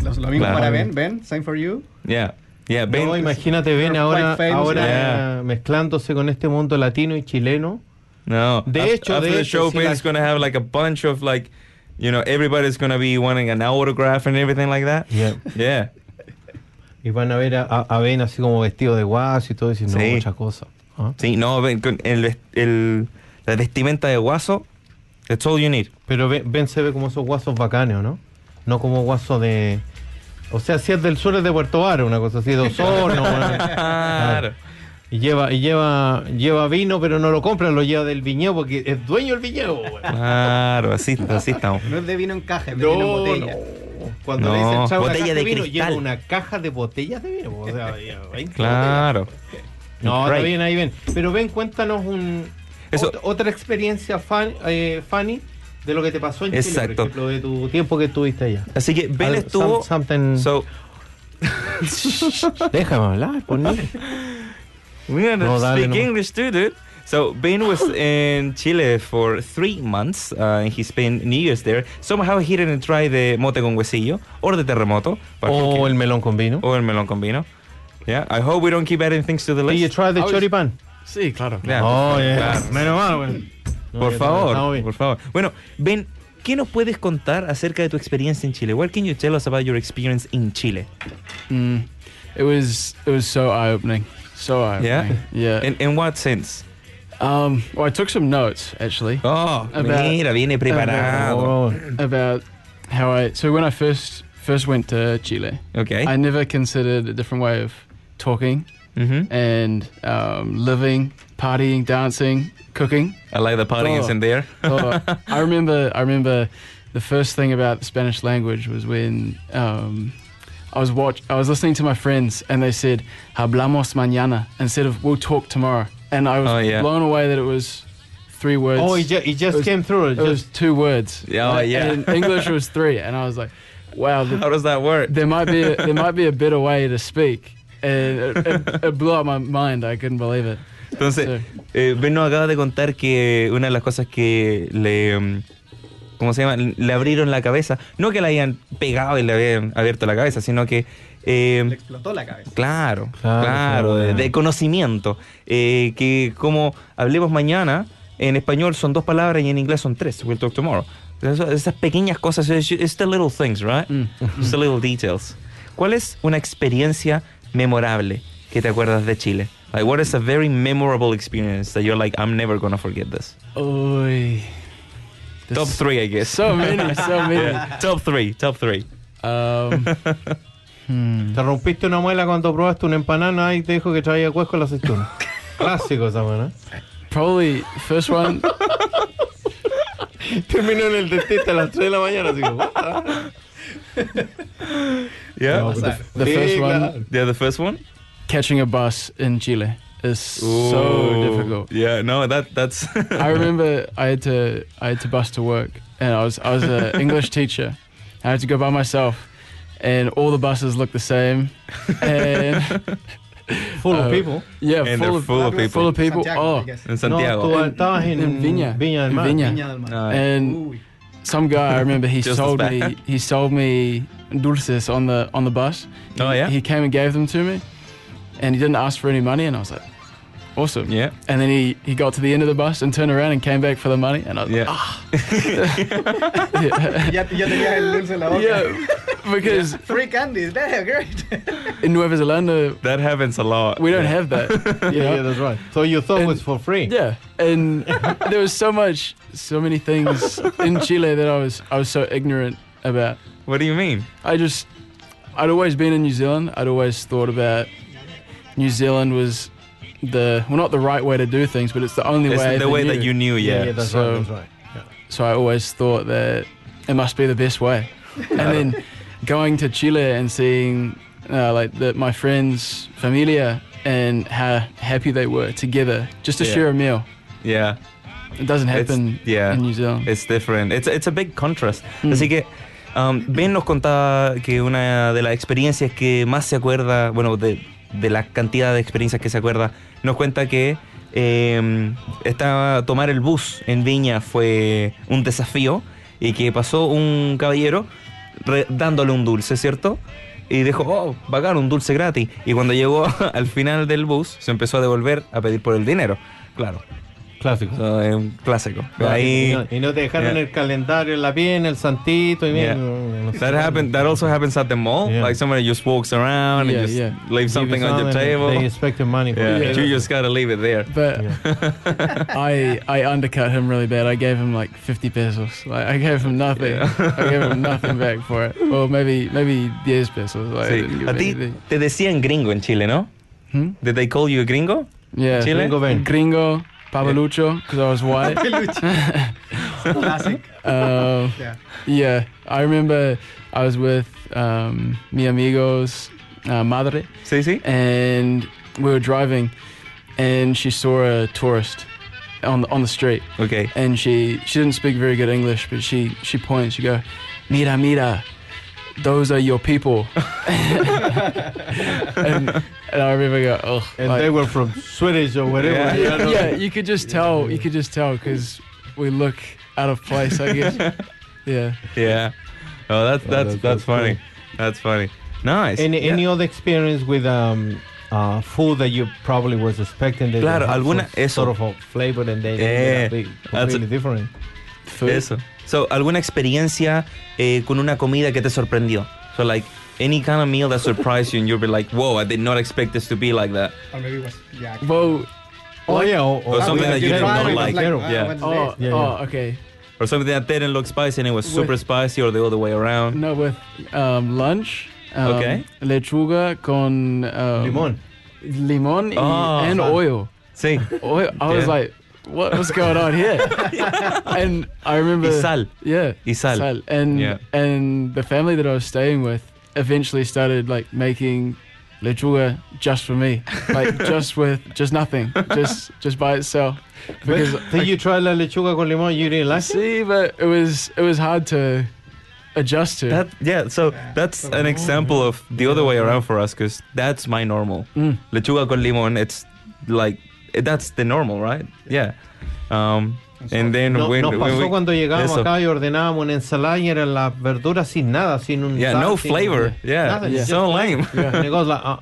Los- Lo mismo Claro. para Ben, Ben, Sign for You. Yeah. Yeah, Ben. No, imagínate, ven You're ahora, quite famous. ahora Yeah. mezclándose con este mundo latino y chileno. No. De Af- hecho, after de the hecho, show, sí, Ben's like- gonna have like a bunch of like, you know, everybody's gonna be wanting an autograph and everything like that. Yeah. Y van a ver a, a, a Ben así como vestido de guaso y todo eso. y No, Sí. mucha cosa. ¿Ah? Sí, no, Ben, con el, vest- el- la vestimenta de guaso, that's all you need. Pero ben, Ben se ve como esos guasos bacanes, ¿no? No como guaso de... O sea, si es del sur es de Puerto Vara, una cosa así, de Osorno. una- Claro. y lleva, y lleva, lleva vino, pero no lo compra, lo lleva del viñedo porque es dueño el viñedo. güey. Claro, así, así estamos. No es de vino en caja, es de vino en botella. Cuando No, le dicen trae una botella caja de, de vino, lleva cristal. una caja de botellas de vino. O sea, lleva 20 Claro. botellas. No, está Great. bien, ahí ven. Pero ven, cuéntanos un, Eso- ot- otra experiencia, fan, eh, Fanny, de lo que te pasó en Chile, Exacto. por ejemplo, de tu tiempo que estuviste allá. Así que Ben Al- estuvo. some- something- So, Déjame hablar, pues, por mí. we're gonna No, dale, speak no. English too, dude. So Ben was in Chile for three months, uh, and he spent New Year's there. Somehow he didn't try the mote con huesillo or the terremoto, but O Oh, el melón con vino. or el melón con vino. Yeah, I hope we don't keep adding things to the Do you list. try the I was- choripán? Sí, claro. Yeah. Oh, Claro. Menos mal, güey. No, Por ya estamos favor, bien. por favor. Bueno, Ben, ¿qué nos puedes contar acerca de tu experiencia en Chile? What can you tell us about your experience in Chile? Mm. It was it was so eye opening, so eye opening. Yeah? yeah. In, in what sense? Um, well, I took some notes actually Oh, About- mira, viene preparado. Oh, about how I. So when I first first went to Chile, Ok. I never considered a different way of talking Ujú. and um, living, partying, dancing, cooking. I like the party is Oh. in there. Oh, I remember. I remember the first thing about the Spanish language was when um, I was watch. I was listening to my friends, and they said "hablamos mañana" instead of "we'll talk tomorrow," and I was Oh, yeah. blown away that it was three words. oh it, ju- it just it was- came through. It it was just, two words. Yeah, oh, And- yeah. And English was three, and I was like, "Wow, th- How does that work? there might be a, there might be a better way to speak." And it, it, it blew up my mind. I couldn't believe it. Entonces, eh, Ben nos acaba de contar que una de las cosas que le. mm, ¿Cómo se llama? Le abrieron la cabeza. No que la hayan pegado y le habían abierto la cabeza, sino que. eh, Le explotó la cabeza. Claro, claro, Claro, claro. de, de conocimiento. Eh, que como hablemos mañana, en español son dos palabras y en inglés son tres. We'll talk tomorrow. Eso- esas pequeñas cosas, it's, it's the little things, right? Mm. It's the little details. ¿Cuál es una experiencia memorable que te acuerdas de Chile? Like, what is a very memorable experience that you're like, I'm never gonna forget this? Oy. Top There's three, I guess. So many, so many. top three, top three. Um, hmm. te rompiste una muela cuando probaste una empanada y te dijo que traía huesco la aceituna. Clásico esa ¿eh? buena. Probably first one. Terminó en el dentista a las 3 de la mañana, así como. Yeah. No, the, the first one, yeah, the first one. catching a bus in Chile, is so Ooh. difficult. Yeah, no, that that's. I remember I had to I had to bus to work, and I was I was an English teacher. I had to go by myself, and all the buses looked the same, and Full Oh. of people. yeah, And full they're of, full of people. full of people. Santiago, oh, I guess. En Santiago. No, tú estabas en, en Viña. Viña del In Mar. Viña. Viña del Mar. Ah, and Uy. some guy I remember he Just sold as me bad. he sold me dulces on the on the bus. Oh, He- yeah? eh, He came and gave them to me and he didn't ask for any money and I was like awesome. yeah. And then he, he got to the end of the bus and turned around and came back for the money and I was Yeah. like "Ah." yeah. Ya, ya tenías el dulce en la boca. Yeah, because Free candies, that's great. in Nueva Zelanda That happens a lot. we don't have that. You Yeah, know? yeah, that's right. So you thought it was for free. Yeah, and there was so much, so many things in Chile that I was, I was so ignorant about. What do you mean? I just, I'd always been in New Zealand. I'd always thought about New Zealand was the, well, not the right way to do things, but it's the only It's way. the way that you knew, yeah. yeah that's So- right. That's right. Yeah. So I always thought that it must be the best way. And then going to Chile and seeing uh, like the, my friends, familia, and how happy they were together just to Yeah. share a meal. Yeah. It doesn't It's- happen yeah. in New Zealand. Mm. It's different. It's, it's a big contrast. Así que um, Ben nos contaba que una de las experiencias que más se acuerda, bueno, de, de la cantidad de experiencias que se acuerda, nos cuenta que eh, estaba tomar el bus en Viña fue un desafío y que pasó un caballero re- dándole un dulce, ¿cierto? Y dijo, oh, bacán, un dulce gratis. Y cuando llegó al final del bus, se empezó a devolver a pedir por el dinero. Claro, Clásico. eso es un clásico. Y Ahí, no- y no te dejaron Yeah. el calendario en la piel, el santito y Yeah. mira, no- no sé. That happened. That also happens at the mall. Yeah. Like somebody just walks around Yeah, and just yeah. leaves Give you something on your some and table. They Yeah. expect your money. for it. you just gotta leave it there. But I I undercut him really bad. I gave him like fifty pesos. Like I gave him nothing. I gave him nothing back for it. Well, maybe maybe 10 pesos. Like, I Sí. didn't give A him ti anything. te decían gringo en Chile, ¿no? Hmm? Did they call you a gringo? Yeah. Chile? Gringo Ben. Gringo, Papalucho, because I was white. Classic. Um, Yeah. yeah, I remember I was with um, mi amigos, uh, madre, Sí, sí. and we were driving, and she saw a tourist on on the street, Okay. and she she didn't speak very good English, but she she points. She go, mira mira, those are your people. and, and I remember go, oh, And they were from Swedish or whatever. Yeah. you know. yeah, you could just tell. You could just tell because we look out of place, I guess. yeah. Yeah. Oh, that's that's Oh, that- that's that's funny. That's funny. Nice. Any, Yeah. any other experience with um, uh, food that you probably was expecting? That Claro, they had alguna- some eso. sort of a flavor and then Eh, they that's a- completely different. Food. Eso. So, ¿alguna experiencia eh, con una comida que te sorprendió? So, like, any kind of meal that surprised you and you'll be like, whoa, I did not expect this to be like that. Or maybe it was yak. Well, Oh, yeah. Or, Or something that you didn't don't like. like. Claro. ah, Yeah. Oh, Yeah, oh, yeah. okay. Or something that didn't look spicy and it was super With- spicy or the other way around. No, with um, lunch. Um, Okay. Lechuga con um, Limón. limón y- Oh, and fun. oil. Sí. oil. I was Yeah. like, what, what's going on here? and I remember. Y sal. Yeah. Y sal. And Yeah. and the family that I was staying with eventually started like making lechuga just for me, like just with just nothing, just just by itself. Because But did you try la lechuga con limón? You didn't I like it? see, but it was it was hard to adjust to. That yeah, so that's an example of the other way around for us because that's my normal. Mm. Lechuga con limón, it's like that's the normal, right? Yeah. Um, and then No, when, nos when pasó we- cuando llegábamos eso. acá y ordenábamos una ensalada y eran las verduras sin nada, sin un yeah, sal, no sin- flavor. Yeah, Nothing, Yeah. so lame. Yeah. And it goes like, uh,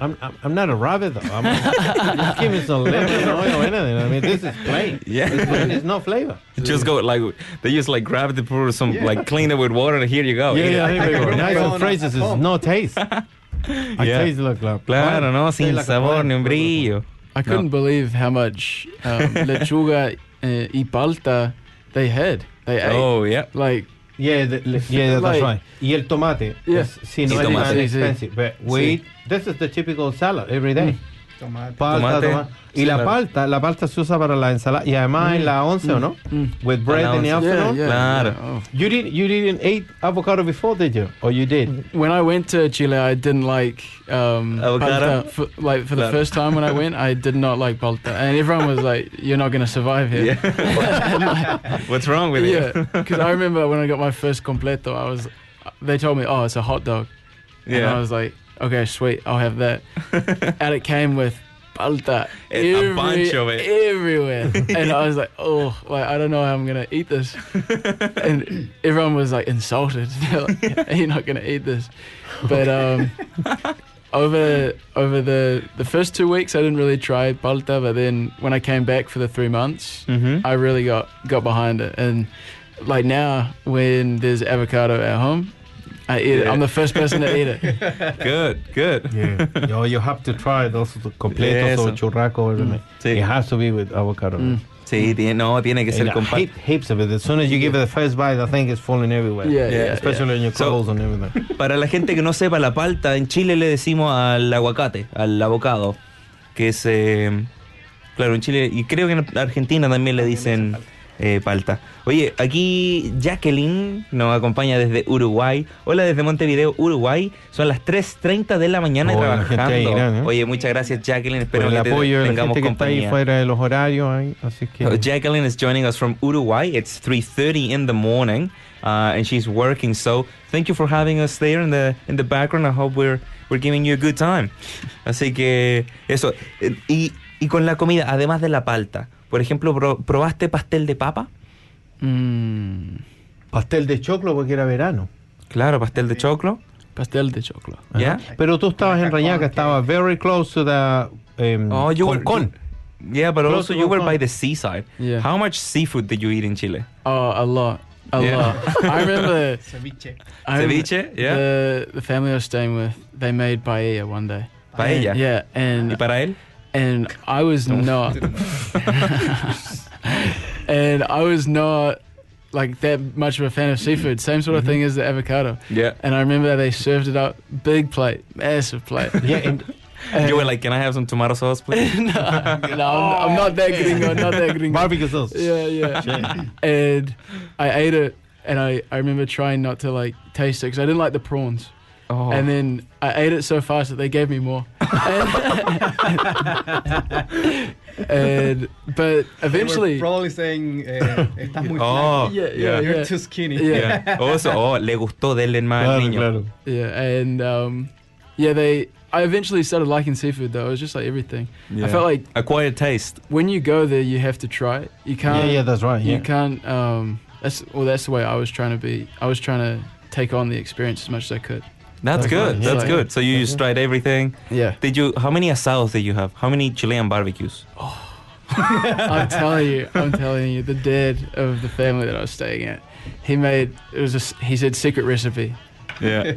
I'm, I'm, I'm not a rabbit though. I'm, just give me some lemon and oil or anything. I mean, this is plain. Yeah. It's plain. It's no flavor. Just go like they just like grab the fruit, some like clean it with water, and here you go. Oh, yeah, eat it. yeah, here we go. Nice and phrases. It's no taste. I Yeah. taste like, like Claro, no, taste sin like a sabor pine. ni un brillo. I couldn't believe how much um, lechuga uh, y palta they had. They ate Oh, yeah. like Yeah, the, le- yeah, that's Like- right. Y el tomate. Yeah. Yes. Sí, no Sí, es tomate. tan Sí, sí. expensive. But we, this is the typical salad every day. Tomate. Palta, Tomate. tomate. Y Sí, la claro. palta, la palta se usa para la ensalada. Y además en la once, ¿o no? With bread la in the once. yeah, yeah, afternoon. Claro. yeah, oh. You didn't, you didn't eat avocado before, did you? Or you did? When I went to Chile, I didn't like um, Avocado? palta. For, like for the Claro. first time when I went, I did not like palta, and everyone was like, "You're not going to survive here." What's wrong with Yeah, you? because I remember when I got my first completo, I was, they told me, oh, it's a hot dog. And I Yeah. was like, okay, sweet, I'll have that. and it came with palta. And a bunch of it. Everywhere. and I was like, oh, like, I don't know how I'm going to eat this. and everyone was like insulted. They're like, you're not going to eat this. But, um,. Over over the, the first two weeks, I didn't really try palta, but then when I came back for the three months, Mm-hmm. I really got got behind it, and like now when there's avocado at home, I eat it. I'm the first person to eat it. Good, good. Yeah. Yo, Oh, you have to try those completos Eso. or churraco. everything. Sí. It has to be with avocado. Sí, tiene- no, tiene que ser And con I pa- hate, heaps of it. As soon as you give it the first bite, the thing is falling everywhere. Yeah, yeah, Especially on your So- clothes and everything. Para la gente que no sepa, la palta en Chile le decimos al aguacate, al avocado, que es, eh, claro, en Chile, y creo que en Argentina también le dicen eh, palta. Oye, aquí Jacqueline nos acompaña desde Uruguay. Hola desde Montevideo, Uruguay. Son las 3.30 de la mañana y Oh, la gente de trabajando. Irán, ¿eh? Oye, muchas gracias Jacqueline, espero Pero el que te- apoyo de la tengamos gente que está ahí compañía. fuera de los horarios. ahí, así que. Uh, Jacqueline is joining us from Uruguay. It's 3:30 in the morning, uh, and she's working. So thank you for having us there in the in the background. I hope we're we're giving you a good time. Así que eso Eh, y y con la comida, además de la palta. Por ejemplo, pro- probaste pastel de papa. Mm, Pastel de choclo porque era verano. Claro, pastel de choclo. pastel de choclo. Yeah. Pero tú estabas en Rayaca, estabas very close to the. Um, Oh, you were- Hong Kong. Yeah, but Close also to you were Hong by the Kong. seaside. Yeah. How much seafood did you eat in Chile? Oh, a lot, a Yeah. lot. I remember. Ceviche. I remember Ceviche, yeah. The, the family I was staying with, they made paella one day. Paella. Yeah, and ¿Y para él? and I was not, and I was not like that much of a fan of seafood. Same sort of Mm-hmm. thing as the avocado. Yeah. And I remember they served it up, big plate, massive plate. Yeah, and You were like, "Can I have some tomato sauce, please?" Uh, no, no, I'm, I'm not that gringo, not that gringo. barbecue sauce. Yeah, yeah. and I ate it, and I, I remember trying not to like taste it because I didn't like the prawns. Oh. And then I ate it so fast that they gave me more. and but They were eventually, probably saying, eh, estás muy Oh, flaco. Yeah, yeah. yeah, You're too skinny. yeah, Yeah. Also, oh, le gustó del más al Claro, Ah, niño. claro. yeah, and um, yeah, they. I eventually started liking seafood though. It was just like everything. I felt like acquired taste. when you go there, you have to try it. You Yeah, can't. yeah, that's right. Yeah. You can't. Um, that's well. That's the way I was trying to be. I was trying to take on the experience as much as I could. That's That's good. right, That's yeah. good. So you just tried everything. Yeah, Did you? How many asados did you have? How many Chilean barbecues? I'm telling you. I'm telling you. The dad of the family that I was staying at, he made it was a. s- He said secret recipe, Yeah.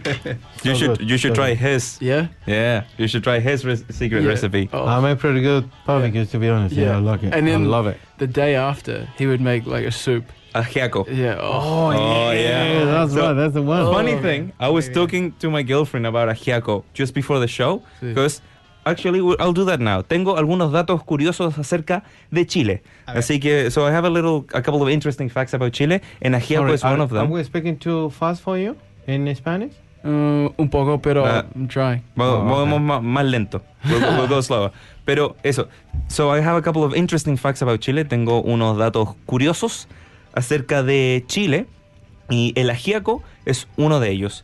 You So should good, you should so try good. his. Yeah. Yeah. You should try his res- secret Yeah. recipe. Um, Oh. I make pretty good barbecue, to be honest. Yeah, Yeah. I like it. And I then- love it. The day after, he would make like a soup. Ajiaco. Yeah. Oh. Oh, yeah. Yeah, that's So- right. That's the one. Funny thing, I was talking to my girlfriend about ajiaco just before the show Sí. because actually we- I'll do that now. Tengo algunos datos curiosos acerca de Chile. Así que so I have a little a couple of interesting facts about Chile and ajiaco Sorry, is one are- of Are them. we speaking too fast for you in Spanish? Uh, un poco, pero Uh, I'm trying. Well, Oh, movemos okay. ma- más lento. We'll, go- we'll go slower. Pero eso. So I have a couple of interesting facts about Chile. Tengo unos datos curiosos acerca de Chile y el ajiaco es uno de ellos.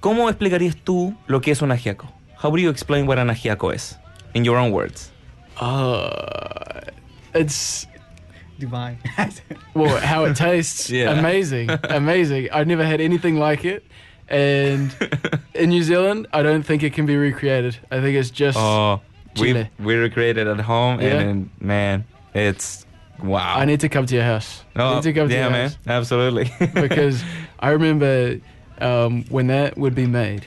¿Cómo explicarías tú lo que es un ajiaco? How would you explain what an ajiaco is in your own words? Uh, it's Divine. well, how it tastes. Yeah. Amazing. Amazing. I've never had anything like it. And in New Zealand, I don't think it can be recreated. I think it's just. Oh, we Chile. we recreated at home Yeah. and, and man, it's wow. I need to come to your house. I Oh, need to come to yeah, your man, house. absolutely. because I remember um, when that would be made,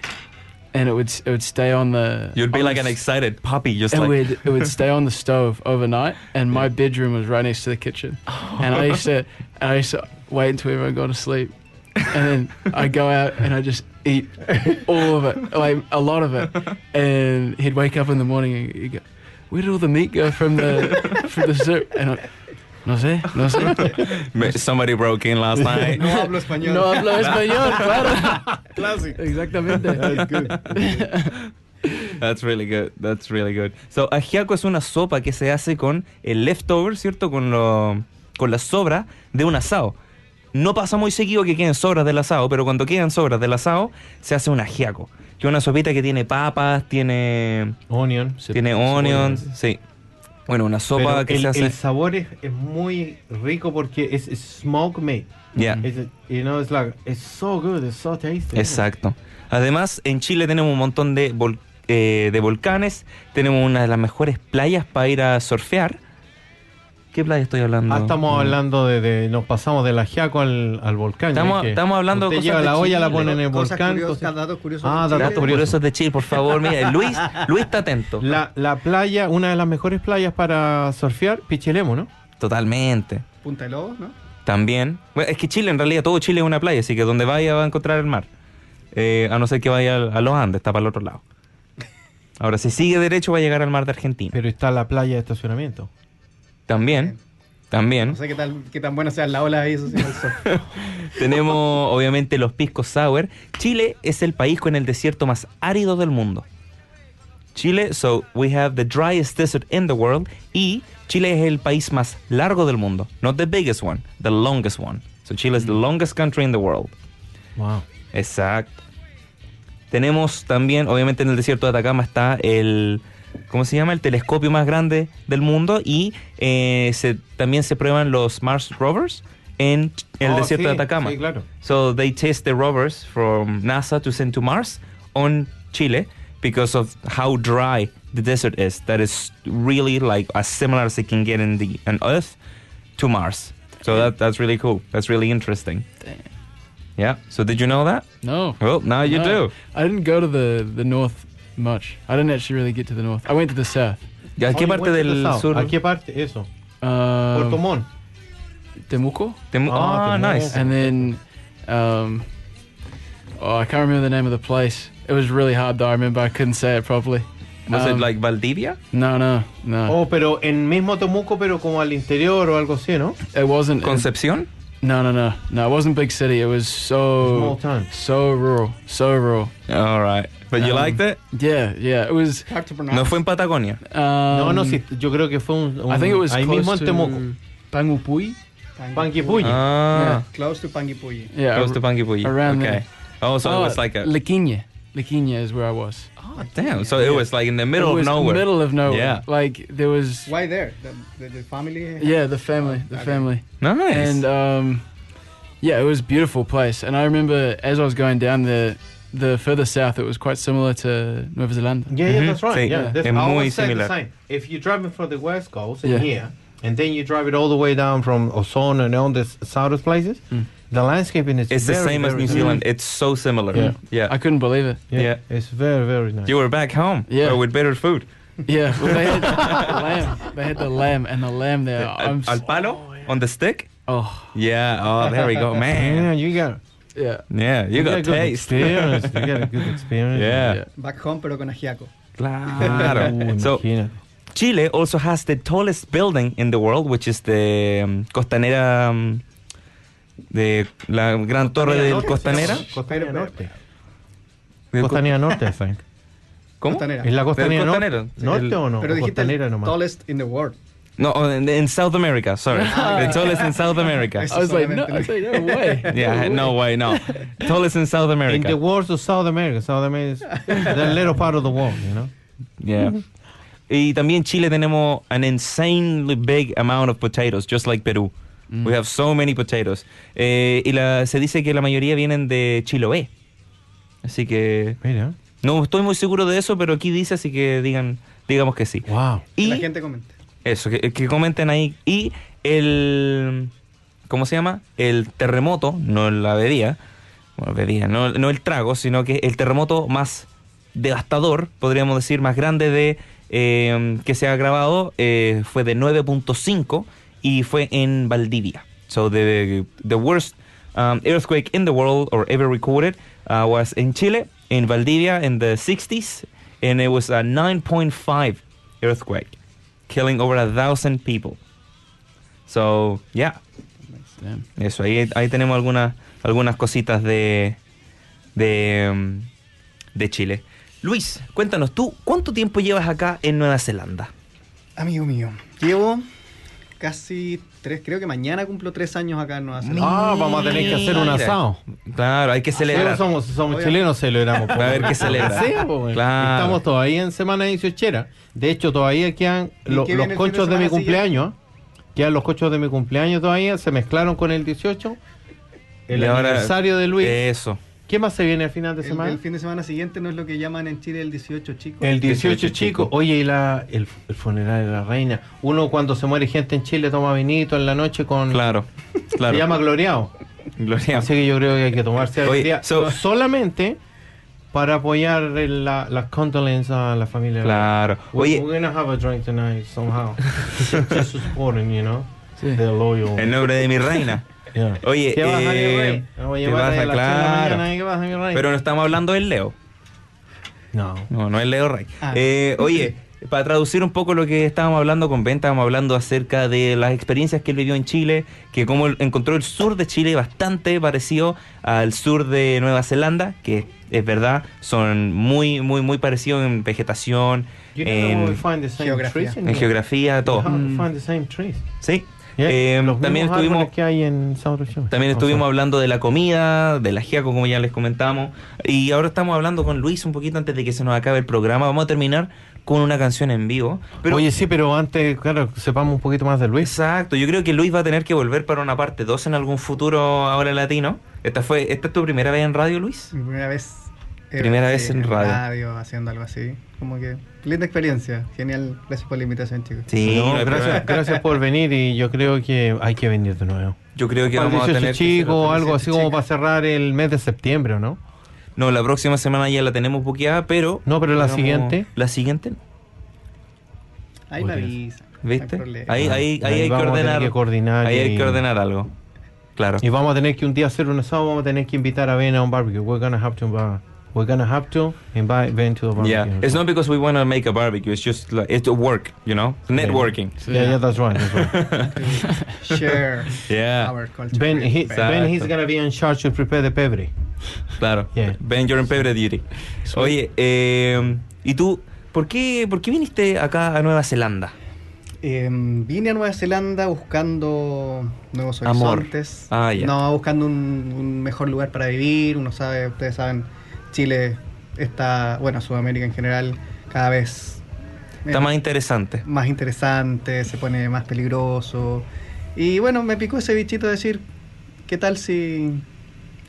and it would it would stay on the. you'd be on like the an s- excited puppy, just It like would it would stay on the stove overnight, and my bedroom was right next to the kitchen, and I used to and I used to wait until everyone got to sleep, and then I go out and I just eat all of it, like a lot of it, and he'd wake up in the morning and he'd go, "Where did all the meat go from the from the soup?" And I, no sé, no sé. Ma- Somebody broke in last night. No hablo español. No hablo español, claro. Clásico. Exactamente. That's really good. That's really good. So, ajiaco es una sopa que se hace con el leftover, ¿cierto? Con, lo, con la sobra de un asado. No pasa muy seguido que queden sobras del asado, pero cuando quedan sobras del asado, se hace un ajiaco. Que es una sopita que tiene papas, tiene, Onion. tiene onions, sí. Bueno, una sopa Pero que el, se hace... el sabor es, es muy rico porque es es smoke meat. Yeah. It's, you know, it's like, it's so good, it's so tasty. Exacto. Además, en Chile tenemos un montón de, vol- eh, de volcanes, tenemos una de las mejores playas para ir a surfear. ¿Qué playa estoy hablando? Ah, estamos Mm. hablando de, de- Nos pasamos del ajiaco al, al volcán. ya Estamos- es que estamos hablando de usted cosas lleva de la olla, la Chile. pone en el Cosas volcán. curiosas, cosas- datos curiosos. Ah, de Chile. datos Datos curiosos de Chile, por favor. Mira, Luis, Luis está atento. La, la playa, una de las mejores playas para surfear, Pichilemu, ¿no? Totalmente. Punta de Lobos, ¿no? También. Bueno, es que Chile, en realidad, todo Chile es una playa, así que donde vaya va a encontrar el mar. Eh, a no ser que vaya al- a los Andes, está para el otro lado. Ahora, si sigue derecho, va a llegar al mar de Argentina. Pero está la playa de estacionamiento. También, también. No sé qué, tal, qué tan buenas sean las olas ahí, eso sí, no sé. Tenemos obviamente los piscos sour. Chile es el país con el desierto más árido del mundo. Chile, so we have the driest desert in the world. Y Chile es el país más largo del mundo. Not the biggest one, the longest one. So Chile is Mm. the longest country in the world. Wow. Exacto. Tenemos también, obviamente en el desierto de Atacama está el, ¿cómo se llama? El telescopio más grande del mundo y eh, se- también se prueban los Mars rovers en el Oh, desierto de sí, Atacama. sí, claro. So they test the rovers from NASA to send to Mars on Chile because of how dry the desert is. That is really like as similar as it can get in the on Earth to Mars. So that, that's really cool. That's really interesting. Yeah. So did you know that? No. Well, now you No. do. I didn't go to the, the north much. I didn't actually really get to the north. I went to the south. ¿A qué Oye, parte buen del pesado. sur? Ah. ¿A qué parte? Eso. Um, Puerto Montt. Temuco. Temu- Ah, ah, Temuco. nice. And then, um, oh, I can't remember the name of the place. It was really hard though. I remember I couldn't say it properly. Was it Um, like Valdivia? No, no, no. Oh, pero en mismo Temuco, pero como al interior o algo así, ¿no? Oh, It wasn't. Concepción? no, no, no, no. It wasn't big city. It was Small so town. so rural, so rural. All right. But you Um, liked it? Yeah, yeah. It was. Hard to pronounce. No fue en Patagonia. Um, No, no, sí, yo creo que fue un... un- I think it was ahí close mismo en to Temuco. Panguipulli. Panguipulli. Ah. Close to Panguipulli. Yeah, Close ar- to Panguipulli. around okay. there. Oh, so Oh, it was like a. Liquiña. Liquiña is where I was. oh, damn. So it was like in the middle It was of nowhere. Middle of nowhere. Yeah. Like there was. Why there? The, the, the family. Yeah, the family, the Okay. family, Nice. and um, yeah, it was a beautiful place. And I remember as I was going down the the further south, it was quite similar to Nueva Zelanda. Yeah, yeah, Mhm. that's right. Sí, Yeah, that's es I muy always say the similar. same. If you're driving from the west coast in Yeah. here, and then you drive it all the way down from Osorno and all the s- southern places, The landscaping is Mm. It's the very, same as very New similar. Zealand. It's so similar. Yeah. yeah. I couldn't believe it. Yeah. Yeah. It's very, very nice. You were back home, Yeah. but with better food. Yeah, well, they had the lamb. They had the lamb and the lamb there. I'm al s- palo on the stick. oh Yeah. Oh, there we go, yeah, man. you got yeah. Yeah, you got a good taste. experience. you got a good experience. Ah, Yeah. Yeah. Oh, Back home, pero con ajiaco. Claro. so imagina. Chile also has the tallest building in the world, which is the um, Costanera, um, de la gran torre del Costanera. Costanera Norte. Del co- Costanera Norte, Frank. ¿Cómo? Costanera. ¿Es la Costanera Del Norte? Costanera. ¿Norte El- o no? pero dijiste el costanera nomás. tallest in the world. No, oh, in, in South America. Sorry, the tallest in South America. Eso I was like, no, solamente I was like, no way. Yeah, no way, no. Tallest in South In America. the world of South America. South America is the little part of the world, you know. Yeah. Y también Chile tenemos an insanely big amount of potatoes, just like Perú. We have so many potatoes. Eh, y la, se dice que la mayoría vienen de Chiloé. Así que Mira. no estoy muy seguro de eso, pero aquí dice, así que digan, digamos que sí. Wow. Que Y la gente comenta. eso, que, que comenten ahí. Y el. ¿Cómo se llama? El terremoto, no la bebida. Bueno, bebida, no, no el trago, sino que el terremoto más devastador, podríamos decir, más grande de eh, que se ha grabado eh, fue de 9.5 y fue en Valdivia. So the, the worst um, earthquake in the world or ever recorded uh, was in Chile, in Valdivia in the 60s, and it was a 9.5 earthquake killing over a thousand people. So, yeah, Damn. eso. Ahí, ahí tenemos algunas, algunas cositas de, de, mm, de Chile. Luis, cuéntanos tú, ¿cuánto tiempo llevas acá en Nueva Zelanda? Amigo mío, llevo casi tres, creo que mañana cumplo tres años acá en Nueva Zelanda. Ah, vamos a tener que hacer un Mira. asado. Claro, hay que celebrar. Nosotros somos, somos Obviamente. chilenos, celebramos. pues. Va a haber que celebrar. Sí, po, güey. Claro. Estamos todavía en semana 18. De hecho, todavía quedan ¿Y lo- los qué viene el fin de conchos de, mi semana siguiente? cumpleaños. Quedan los conchos de mi cumpleaños todavía. Se mezclaron con el 18. El Y ahora- eh, aniversario de Luis. Eso. ¿Qué más se viene al final de El, semana? el fin de semana siguiente no es lo que llaman en Chile el 18, chicos. El 18 18 chico. chico. Oye, y la, el, el funeral de la reina. Uno cuando se muere gente en Chile toma vinito en la noche con... Claro, claro. Se llama gloriado. Gloria. Así que yo creo que hay que tomarse el Oye, día so- solamente para apoyar el- la- las condolences a la familia. Claro. We- Oye, we're gonna have a drink tonight somehow. Just supporting, you know. Sí. The loyal. en nombre de mi reina. Yeah. Oye, ¿Qué vas a mi eh, rey? Vamos a ¿qué llevar vas a a- las ocho de la claro. mañana, ¿eh? ¿Qué vas a mi rey? Pero no estamos hablando del Leo. no. No, no es Leo Rey. Ah. Eh, oye, para traducir un poco lo que estábamos hablando con Ben, estábamos hablando acerca de las experiencias que él vivió en Chile, que cómo él encontró el sur de Chile bastante parecido al sur de Nueva Zelanda, que es verdad, son muy, muy, muy parecidos en vegetación, You never will en, find the same geografía. trees in en the- geografía, you todo. hardly find the same trees. Sí. Yeah, Eh, los también mismos árboles estuvimos que hay en South Ocean. También O estuvimos sea, hablando de la comida, del ajiaco, como ya les comentamos. Y ahora estamos hablando con Luis un poquito antes de que se nos acabe el programa. Vamos a terminar con una canción en vivo. Pero, Oye, sí, pero antes, claro, sepamos un poquito más de Luis. exacto, yo creo que Luis va a tener que volver para una parte 2 en algún futuro ahora latino. ¿Esta fue esta es tu primera vez en radio, Luis? Mi primera vez. eh, Primera sí, vez en radio. haciendo algo así. Como que linda experiencia. Genial. Gracias por la invitación, chicos. Sí, No, no hay gracias, problema. gracias por venir y yo creo que hay que venir de nuevo. Yo creo que Para el vamos a 18 tener que este chico hacer o otra. algo así como chica. para cerrar el mes de septiembre, ¿o ¿no? No, la próxima semana ya la tenemos buqueada, pero No, pero la Hagamos- siguiente. La siguiente, Ahí me Podrías. avisa. no hay ¿viste? problema. Ahí, ahí, ahí Ahí hay que vamos a tener ordenar. que coordinar ahí hay y- que ordenar algo. Claro. Y vamos a tener que un día hacer un asado, vamos a tener que invitar a Ben a un barbecue. We're gonna have to invite, we're gonna have to invite Ben to the barbecue. Yeah, it's not because we want to make a barbecue. It's just like it's a work, you know, networking. Yeah, yeah, that's right. That's right. Share Yeah, our culture. ben, he, Exacto. ben, he's gonna be in charge to prepare the pebre. claro. Yeah. Ben, you're in Pebre Duty. Oye, eh, ¿y tú por qué, por qué viniste acá a Nueva Zelanda? Eh, vine a Nueva Zelanda buscando nuevos Amor. horizontes. Ah, ya. No, buscando un, un mejor lugar para vivir. Uno sabe, ustedes saben, Chile está, bueno, Sudamérica en general, cada vez Está eh, más interesante. más interesante, se pone más peligroso. Y bueno, me picó ese bichito de decir, ¿qué tal si,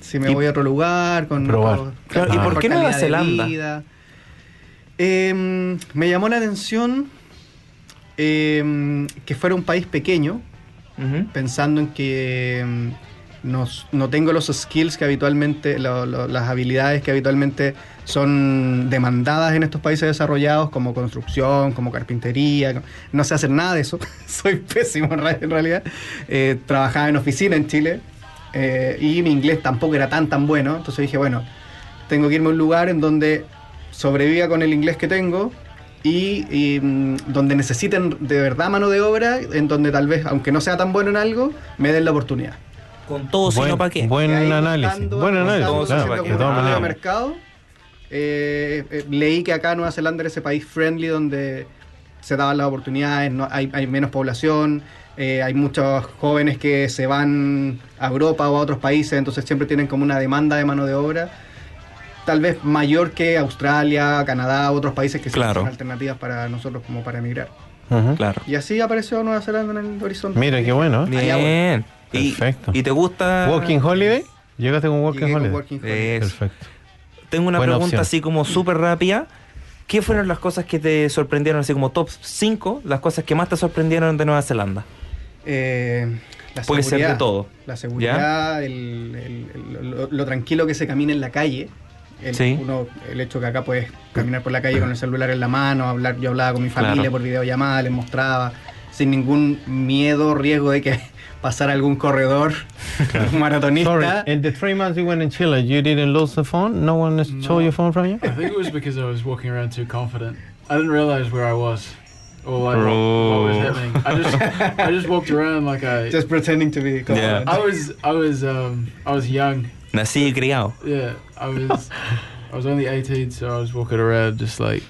si me Y- voy a otro lugar? Con Probar. otro- Claro, ¿y con por mejor qué Nueva calidad de Zelanda? vida? Em, me llamó la atención em, que fuera un país pequeño, Ujú. pensando en que em, no, no tengo los skills que habitualmente, lo- lo- las habilidades que habitualmente son demandadas en estos países desarrollados, como construcción, como carpintería. No sé hacer nada de eso. Soy pésimo en ra- en realidad. Eh, trabajaba en oficina en Chile eh, y mi inglés tampoco era tan tan bueno. Entonces dije, bueno, tengo que irme a un lugar en donde sobreviva con el inglés que tengo y, y, mm, donde necesiten de verdad mano de obra, en donde tal vez, aunque no sea tan bueno en algo, me den la oportunidad. Con Oh, todo, Buen- sino para qué. Buen Y ahí análisis. buscando, Buen buscando, análisis. claro, haciendo de como un todas estudio de maneras. mercado. Eh, eh, leí que acá Nueva Zelanda era ese país friendly donde se daban las oportunidades, no- hay, hay menos población, eh, hay muchos jóvenes que se van a Europa o a otros países, entonces siempre tienen como una demanda de mano de obra, tal vez mayor que Australia, Canadá, otros países que sí Claro. son alternativas para nosotros como para emigrar. Ujú. Claro. Y así apareció Nueva Zelanda en el horizonte. Mira qué bueno. ¿eh? Allá voy. Bien. Y, Perfecto. ¿Y te gusta? Walking Holiday. Llegaste con Llegué Walking con Holiday. Working Holiday. Eso. Perfecto. Tengo una Buena pregunta opción. así como súper rápida. ¿Qué fueron las cosas que te sorprendieron, así como top 5, las cosas que más te sorprendieron de Nueva Zelanda? Eh, la Puede ser de seguridad. todo. La seguridad, el- el- el- lo, lo tranquilo que se camina en la calle. El, Sí. uno, el hecho que acá puedes caminar por la calle con el celular en la mano, hablar, yo hablaba con mi familia Claro. por videollamada, les mostraba, sin ningún miedo, riesgo de que pasara algún corredor, un Sorry, maratonista. in the three months you went in Chile, you didn't lose the phone? No one stole your phone from you? I think it was because I was walking around too confident. I didn't realize where I was or like what, what was Bro. happening. I just I just walked around like I Just pretending to be confident. I was I was um I was young. Nací y criado. Yeah, I was I was only 18, so I was walking around just like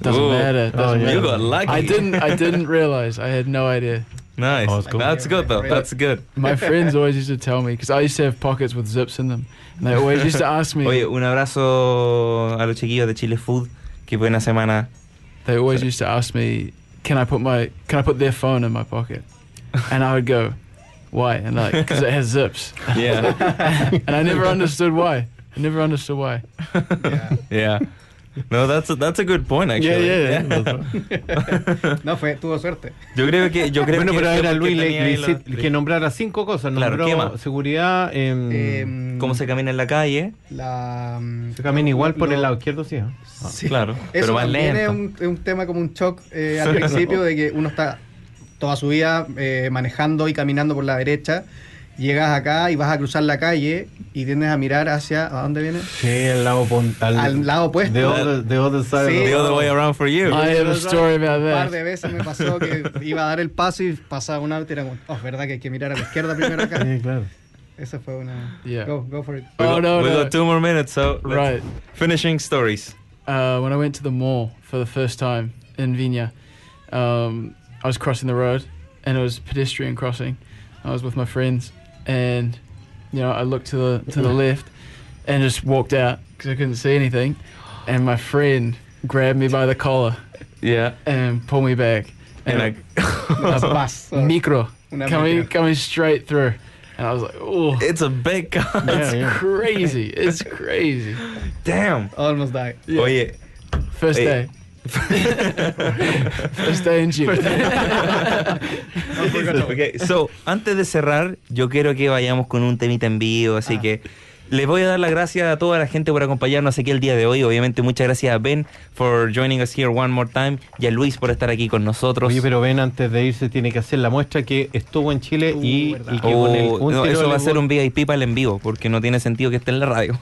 doesn't Ooh. matter. Doesn't Oh, yeah. matter. Uh. You got lucky. I didn't I didn't realize. I had no idea. Nice. Oh, that's cool. That's good, though. That's good. My friends always used to tell me because I used to have pockets with zips in them, and they always used to ask me. Oye, un abrazo a los chiquillos de Chile Food. Qué buena semana. They always used to ask me, "Can I put my Can I put their phone in my pocket?" And I would go, "Why?" And like, "Because it has zips." Yeah. And I never understood why. I never understood why. yeah. No, that's a, that's a good point, Yeah, actually. yeah. No, fue, tuvo suerte. Yo creo que. Yo creo Bueno, que pero yo era porque Luis le, tenía le ahí hice- los- que nombrara cinco cosas. Claro, Nombró ¿qué más? seguridad, em, Eh, Mm. Cómo se camina en la calle. la, se camina igual por lo- el lado izquierdo, sí. ¿eh? Sí. Claro, Eso pero más también lento. Es un, es un tema como un shock eh, al principio de que uno está toda su vida eh, manejando y caminando por la derecha. Llegas acá y vas a cruzar la calle y tiendes a mirar hacia. ¿A dónde viene? Sí, el lado pon- al, Al lado opuesto. The other, the other side. Sí. The other way around for you. I have a story about Un par de that. veces me pasó que iba a dar el paso y pasaba un auto y era como, oh, verdad que hay que mirar a la izquierda primero acá. Sí, claro. Esa fue una. Yeah. Go, go for it. We Oh got- no, we no. got two more minutes, so. let's- Right. Finishing stories. uh, when I went to the mall for the first time in Vinja, um, I was crossing the road and it was pedestrian crossing. I was with my friends and you know I looked to the to the left and just walked out because I couldn't see anything. And my friend grabbed me by the collar Yeah. and pulled me back. And And Vas, vas. a micro Una coming micro. coming straight through. And I was like, oh, it's a big car. that's yeah. crazy. It's crazy. Damn. Almost die. Yeah. Oye, First Hey. day. First day in June. Ok, so, antes de cerrar, yo quiero que vayamos con un temita en vivo, Ah. así que les voy a dar las gracias a toda la gente por acompañarnos aquí el día de hoy. Obviamente, muchas gracias a Ben for joining us here one more time y a Luis por estar aquí con nosotros. Oye, pero ven, antes de irse tiene que hacer la muestra que estuvo en Chile y, Uh, verdad. y que Oh, con el- un no, tiro eso le va a ser bot- un VIP para el en vivo, porque no tiene sentido que esté en la radio.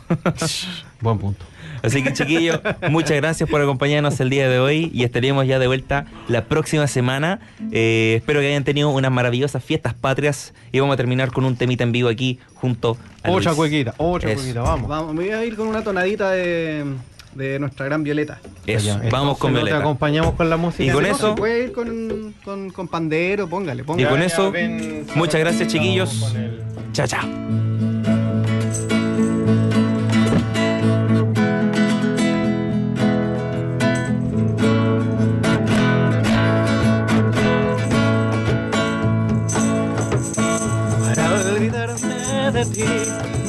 Buen punto. Así que, chiquillos, muchas gracias por acompañarnos el día de hoy y estaremos ya de vuelta la próxima semana. Eh, espero que hayan tenido unas maravillosas fiestas patrias y vamos a terminar con un temita en vivo aquí junto a Otra Luis. cuequita, otra Eso. cuequita, vamos. Vamos, me voy a ir con una tonadita de, de nuestra gran Violeta. Eso, Allá. vamos Entonces, con ¿no Te Violeta. acompañamos con la música. Y con No, eso- si puede ir pues, con, con, con pandero, póngale, Y póngale. con Ya, eso, ven, muchas gracias, Vamos chiquillos. con el- Chao, chao. Para olvidarme de ti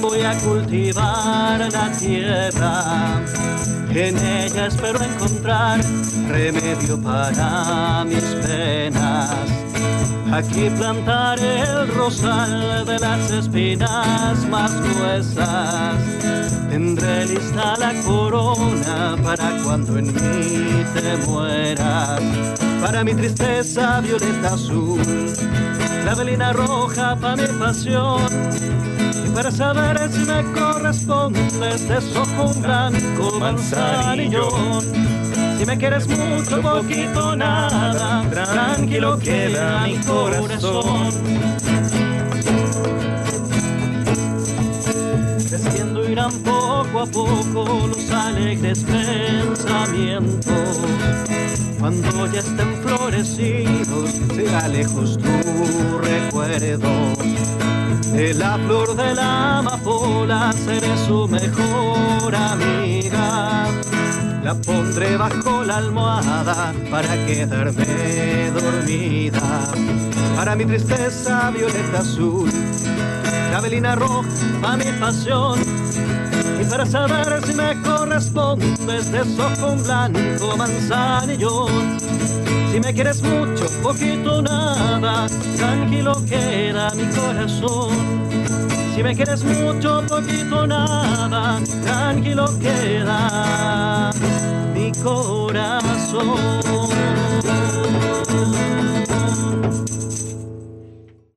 voy a cultivar la tierra. En ella espero encontrar remedio para mis penas. Aquí plantaré el rosal de las espinas más gruesas. Tendré lista la corona para cuando en mí te mueras. Para mi tristeza violeta azul, la velina roja para mi pasión. Y para saber si me correspondes desojo un blanco manzanillón si me quieres mucho poquito nada tranquilo queda mi corazón creciendo irán poco a poco los alegres pensamientos cuando ya estén florecidos será lejos tu recuerdo de la flor de la amapola seré su mejor amiga. La pondré bajo la almohada para quedarme dormida. Para mi tristeza violeta azul, la velina roja a mi pasión. Y para saber si me correspondes de un blanco manzanillón. Si me quieres mucho, poquito, nada, tranquilo queda mi corazón. Si me quieres mucho, poquito, nada, tranquilo queda mi corazón.